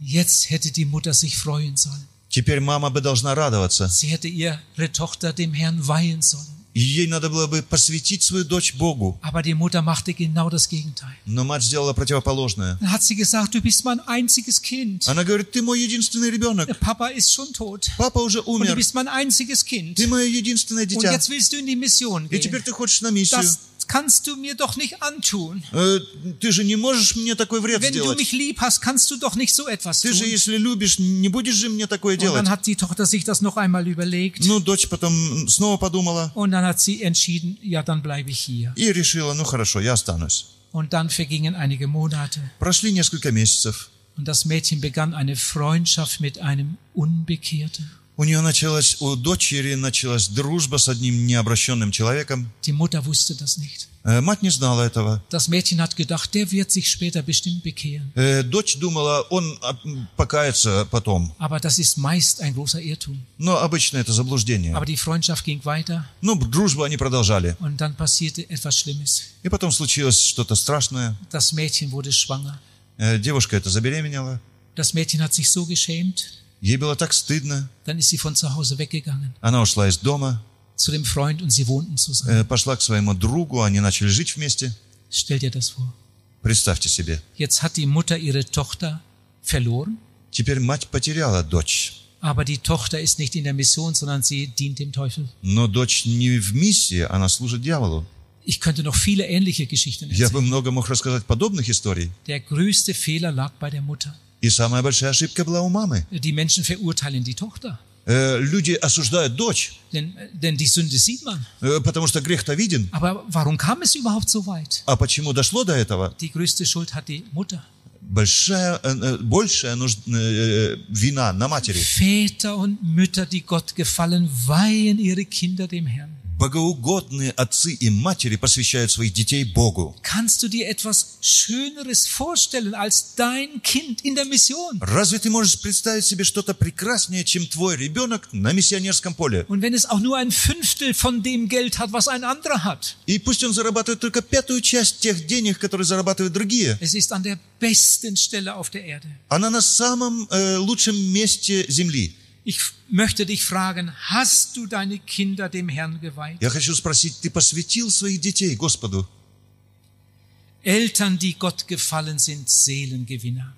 Speaker 1: Jetzt hätte die Mutter sich freuen sollen.
Speaker 2: Теперь мама бы должна радоваться.
Speaker 1: Sie hätte ihre Tochter dem Herrn weihen sollen.
Speaker 2: И ей надо было бы посвятить свою дочь Богу.
Speaker 1: Aber die Mutter machte genau das Gegenteil.
Speaker 2: Но мать сделала противоположное.
Speaker 1: Dann hat sie gesagt, du bist mein einziges Kind.
Speaker 2: Она говорит, ты мой единственный ребенок.
Speaker 1: Der Papa ist schon tot.
Speaker 2: Папа уже
Speaker 1: Und du
Speaker 2: умер.
Speaker 1: bist mein einziges Kind.
Speaker 2: Ты мое единственное
Speaker 1: Und
Speaker 2: дитя.
Speaker 1: jetzt willst du in die Mission
Speaker 2: И теперь
Speaker 1: gehen.
Speaker 2: ты хочешь на миссию.
Speaker 1: Das kannst du mir doch nicht antun.
Speaker 2: Э, Ты же не можешь мне такой вред
Speaker 1: Wenn du
Speaker 2: сделать.
Speaker 1: mich lieb hast, kannst du doch nicht so etwas
Speaker 2: Ты
Speaker 1: tun.
Speaker 2: же,
Speaker 1: Und
Speaker 2: если любишь, не будешь же мне такое делать.
Speaker 1: dann hat die Tochter sich das noch einmal überlegt.
Speaker 2: Ну, дочь потом снова подумала.
Speaker 1: Und dann hat sie entschieden, ja, dann bleibe ich hier.
Speaker 2: И решила, ну хорошо, я останусь.
Speaker 1: Und dann vergingen einige Monate.
Speaker 2: Прошли несколько месяцев.
Speaker 1: Und das Mädchen begann eine Freundschaft mit einem Unbekehrten.
Speaker 2: У нее началась, у дочери началась дружба с одним необращенным человеком.
Speaker 1: Die Mutter wusste das nicht.
Speaker 2: Э, Мать не знала этого.
Speaker 1: Das Mädchen hat gedacht, der wird sich später bestimmt bekehren.
Speaker 2: Э, Дочь думала, он а, м, покается потом.
Speaker 1: Aber das ist meist ein großer Irrtum.
Speaker 2: Но обычно это заблуждение.
Speaker 1: Aber die Freundschaft ging weiter
Speaker 2: Ну, дружбу они продолжали.
Speaker 1: und dann passierte etwas Schlimmes.
Speaker 2: И потом случилось что-то страшное.
Speaker 1: Das Mädchen wurde schwanger.
Speaker 2: Э, Девушка это забеременела.
Speaker 1: Das Mädchen hat sich so geschämt,
Speaker 2: Ей было так стыдно.
Speaker 1: dann ist sie von zu Hause weggegangen
Speaker 2: Она ушла из дома,
Speaker 1: zu dem Freund und sie wohnten zusammen.
Speaker 2: э, пошла к своему другу, они начали жить вместе.
Speaker 1: Stell dir das vor.
Speaker 2: Представьте себе.
Speaker 1: Jetzt hat die Mutter ihre Tochter verloren,
Speaker 2: Теперь мать потеряла дочь.
Speaker 1: aber die Tochter ist nicht in der Mission, sondern sie dient dem Teufel.
Speaker 2: Но дочь не в миссии, она служит дьяволу.
Speaker 1: Ich könnte noch viele ähnliche Geschichten
Speaker 2: Я
Speaker 1: erzählen.
Speaker 2: бы много мог рассказать подобных историй.
Speaker 1: Der größte Fehler lag bei der Mutter.
Speaker 2: И самая большая ошибка была у мамы.
Speaker 1: Die Menschen verurteilen die Tochter,
Speaker 2: Э, люди осуждают дочь,
Speaker 1: denn, denn die Sünde sieht man.
Speaker 2: э, потому что грех-то виден.
Speaker 1: Aber warum kam es überhaupt so weit?
Speaker 2: А почему дошло до этого?
Speaker 1: Die größte Schuld hat die Mutter.
Speaker 2: Большая, э, э, большая нужд- э, э, вина на матери.
Speaker 1: Väter und Mütter, die Gott gefallen, weihen ihre Kinder dem Herrn.
Speaker 2: Богоугодные отцы и матери посвящают своих детей Богу.
Speaker 1: Kannst du dir etwas Schöneres vorstellen als dein Kind in der Mission?
Speaker 2: Разве ты можешь представить себе что-то прекраснее, чем твой ребенок на миссионерском поле?
Speaker 1: Und wenn es auch nur ein Fünftel von dem Geld hat, was ein anderer hat,
Speaker 2: И пусть он зарабатывает только пятую часть тех денег, которые зарабатывают другие.
Speaker 1: es ist an der besten Stelle auf der Erde.
Speaker 2: Она на самом э, лучшем месте земли.
Speaker 1: Ich f- möchte dich fragen, hast du deine Kinder dem Herrn geweiht?
Speaker 2: Я хочу спросить, ты посвятил своих детей Господу?
Speaker 1: Eltern, die Gott gefallen sind, Seelengewinner.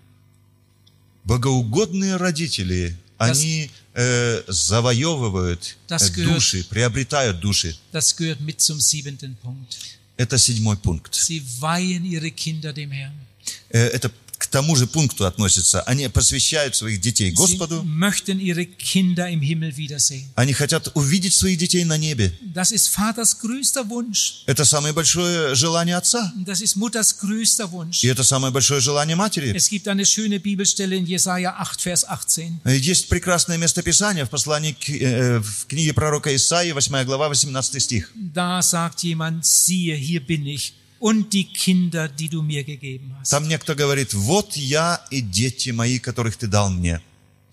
Speaker 2: Богоугодные родители, они э, завоевывают э,
Speaker 1: Das gehört-
Speaker 2: души, приобретают души.
Speaker 1: Das gehört mit zum siebenten Punkt.
Speaker 2: Это седьмой пункт.
Speaker 1: Sie weihen ihre Kinder dem Herrn.
Speaker 2: Э, это к тому же пункту относится. Они посвящают своих детей
Speaker 1: Sie
Speaker 2: Господу.
Speaker 1: möchten ihre Kinder im Himmel wiedersehen.
Speaker 2: Они хотят увидеть своих детей на небе.
Speaker 1: Das ist Vaters größter Wunsch.
Speaker 2: Это самое большое желание отца.
Speaker 1: Und Das ist Mutters größter Wunsch.
Speaker 2: И это самое большое желание матери.
Speaker 1: Es gibt eine schöne Bibelstelle in Jesaja 8, Vers 18.
Speaker 2: Есть прекрасное местописание в послании к, э, в книге пророка Исаии, 8 глава, 18 стих.
Speaker 1: Da sagt jemand, siehe, hier bin ich und die Kinder, die du mir gegeben hast.
Speaker 2: Там некто говорит, вот я и дети мои, которых ты дал мне.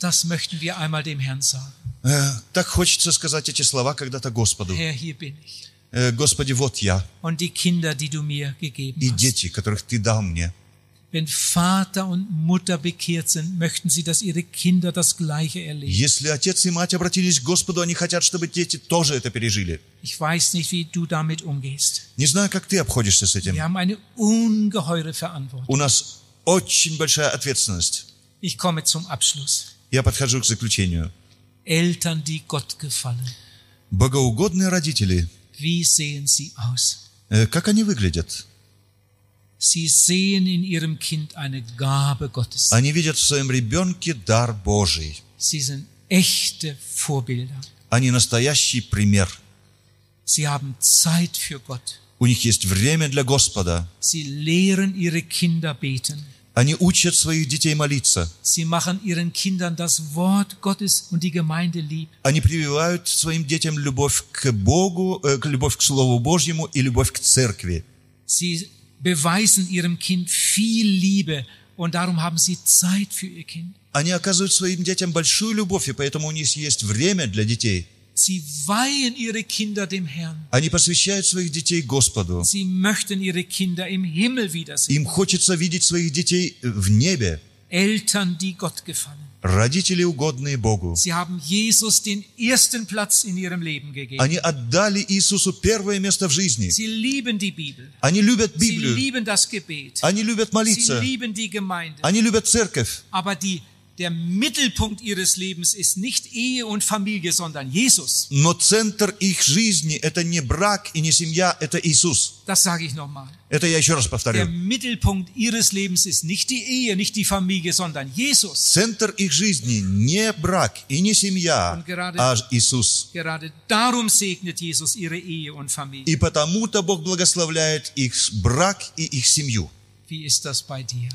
Speaker 1: Das möchten wir einmal dem Herrn sagen.
Speaker 2: Э, Так хочется сказать эти слова когда-то Господу.
Speaker 1: Herr, hier bin ich.
Speaker 2: Э, Господи, вот я
Speaker 1: Und die Kinder, die du mir gegeben
Speaker 2: и
Speaker 1: hast.
Speaker 2: дети, которых ты дал мне.
Speaker 1: Wenn Vater und Mutter bekehrt sind, möchten sie, dass ihre Kinder das Gleiche erleben.
Speaker 2: Если отец и мать обратились к Господу, они хотят, чтобы дети тоже это пережили.
Speaker 1: Ich weiß nicht, wie du damit umgehst.
Speaker 2: Не знаю, как ты обходишься с этим.
Speaker 1: Wir haben eine ungeheure Verantwortung.
Speaker 2: У нас очень большая ответственность.
Speaker 1: Ich komme zum Abschluss.
Speaker 2: Я подхожу к заключению.
Speaker 1: Eltern, die Gott gefallen.
Speaker 2: Богоугодные родители,
Speaker 1: Wie sehen sie aus?
Speaker 2: э, как они выглядят?
Speaker 1: Sie sehen in ihrem Kind eine Gabe Gottes.
Speaker 2: Они видят в своем ребенке дар Божий.
Speaker 1: Sie sind echte Vorbilder.
Speaker 2: Они настоящий пример.
Speaker 1: Sie haben Zeit für Gott.
Speaker 2: У них есть время для Господа.
Speaker 1: Sie lehren ihre Kinder beten.
Speaker 2: Они учат своих детей молиться.
Speaker 1: Sie machen ihren Kindern das Wort Gottes und die Gemeinde lieb.
Speaker 2: Они прививают своим детям любовь к Богу, э, к- любовь к Слову Божьему и любовь к церкви.
Speaker 1: Sie beweisen ihrem Kind viel Liebe und darum haben sie Zeit für ihr Kind.
Speaker 2: Они оказывают своим детям большую любовь, и поэтому у них есть время для детей.
Speaker 1: Sie weihen ihre Kinder dem Herrn.
Speaker 2: Они посвящают своих детей Господу.
Speaker 1: Sie möchten ihre Kinder im Himmel wiedersehen.
Speaker 2: Им хочется видеть своих детей в небе.
Speaker 1: Eltern, die Gott gefallen.
Speaker 2: Родители угодные Богу.
Speaker 1: Sie haben Jesus den ersten Platz in ihrem Leben gegeben.
Speaker 2: Они отдали Иисусу первое место в жизни.
Speaker 1: Sie lieben die Bibel.
Speaker 2: Они любят
Speaker 1: Sie
Speaker 2: Библию.
Speaker 1: lieben das Gebet.
Speaker 2: Они любят
Speaker 1: Sie
Speaker 2: молиться.
Speaker 1: lieben die Gemeinde.
Speaker 2: Они любят церковь.
Speaker 1: Aber die, der Mittelpunkt ihres Lebens ist nicht Ehe und Familie, sondern Jesus.
Speaker 2: Но центр их жизни – это не брак и не семья, это Иисус.
Speaker 1: Das sage ich nochmal.
Speaker 2: Это я еще раз
Speaker 1: Der
Speaker 2: повторю.
Speaker 1: Mittelpunkt ihres Lebens ist nicht die Ehe, nicht die Familie, sondern Jesus.
Speaker 2: Центр их жизни не брак и не семья, а Иисус.
Speaker 1: Gerade darum segnet Jesus ihre Ehe und Familie.
Speaker 2: И потому-то Бог благословляет их брак и их семью.
Speaker 1: Wie ist das bei dir?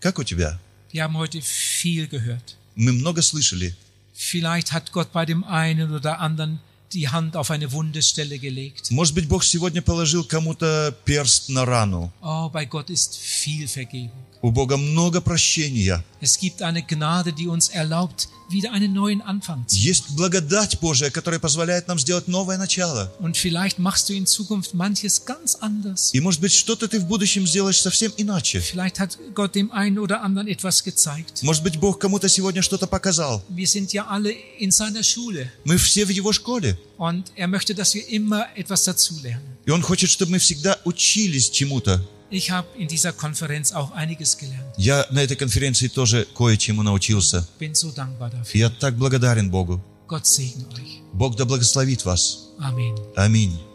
Speaker 2: Как у тебя?
Speaker 1: Wir haben heute viel gehört.
Speaker 2: Мы много слышали.
Speaker 1: Vielleicht hat Gott bei dem einen oder anderen die Hand auf eine wunde Stelle gelegt.
Speaker 2: Может быть, Бог сегодня положил кому-то перст на рану.
Speaker 1: Oh, bei Gott ist viel Vergebung.
Speaker 2: У Бога много прощения.
Speaker 1: Es gibt eine Gnade, die uns erlaubt, wieder einen neuen Anfang zu
Speaker 2: Есть благодать Божия, которая позволяет нам сделать новое начало.
Speaker 1: Und vielleicht machst du in Zukunft manches ganz anders.
Speaker 2: И, может быть, что-то ты в будущем сделаешь совсем иначе.
Speaker 1: Vielleicht hat Gott dem einen oder anderen etwas gezeigt.
Speaker 2: Может быть, Бог кому-то сегодня что-то показал.
Speaker 1: Wir sind ja alle in seiner Schule
Speaker 2: Мы все в Его школе.
Speaker 1: und er möchte, dass wir immer etwas dazulernen.
Speaker 2: И Он хочет, чтобы мы всегда учились чему-то.
Speaker 1: Ich habe in dieser Konferenz auch einiges gelernt.
Speaker 2: Я на этой конференции тоже кое-чему научился.
Speaker 1: Bin so dankbar dafür.
Speaker 2: Я так благодарен Богу.
Speaker 1: Gott segne euch.
Speaker 2: Бог да благословит вас.
Speaker 1: Amen.
Speaker 2: Аминь.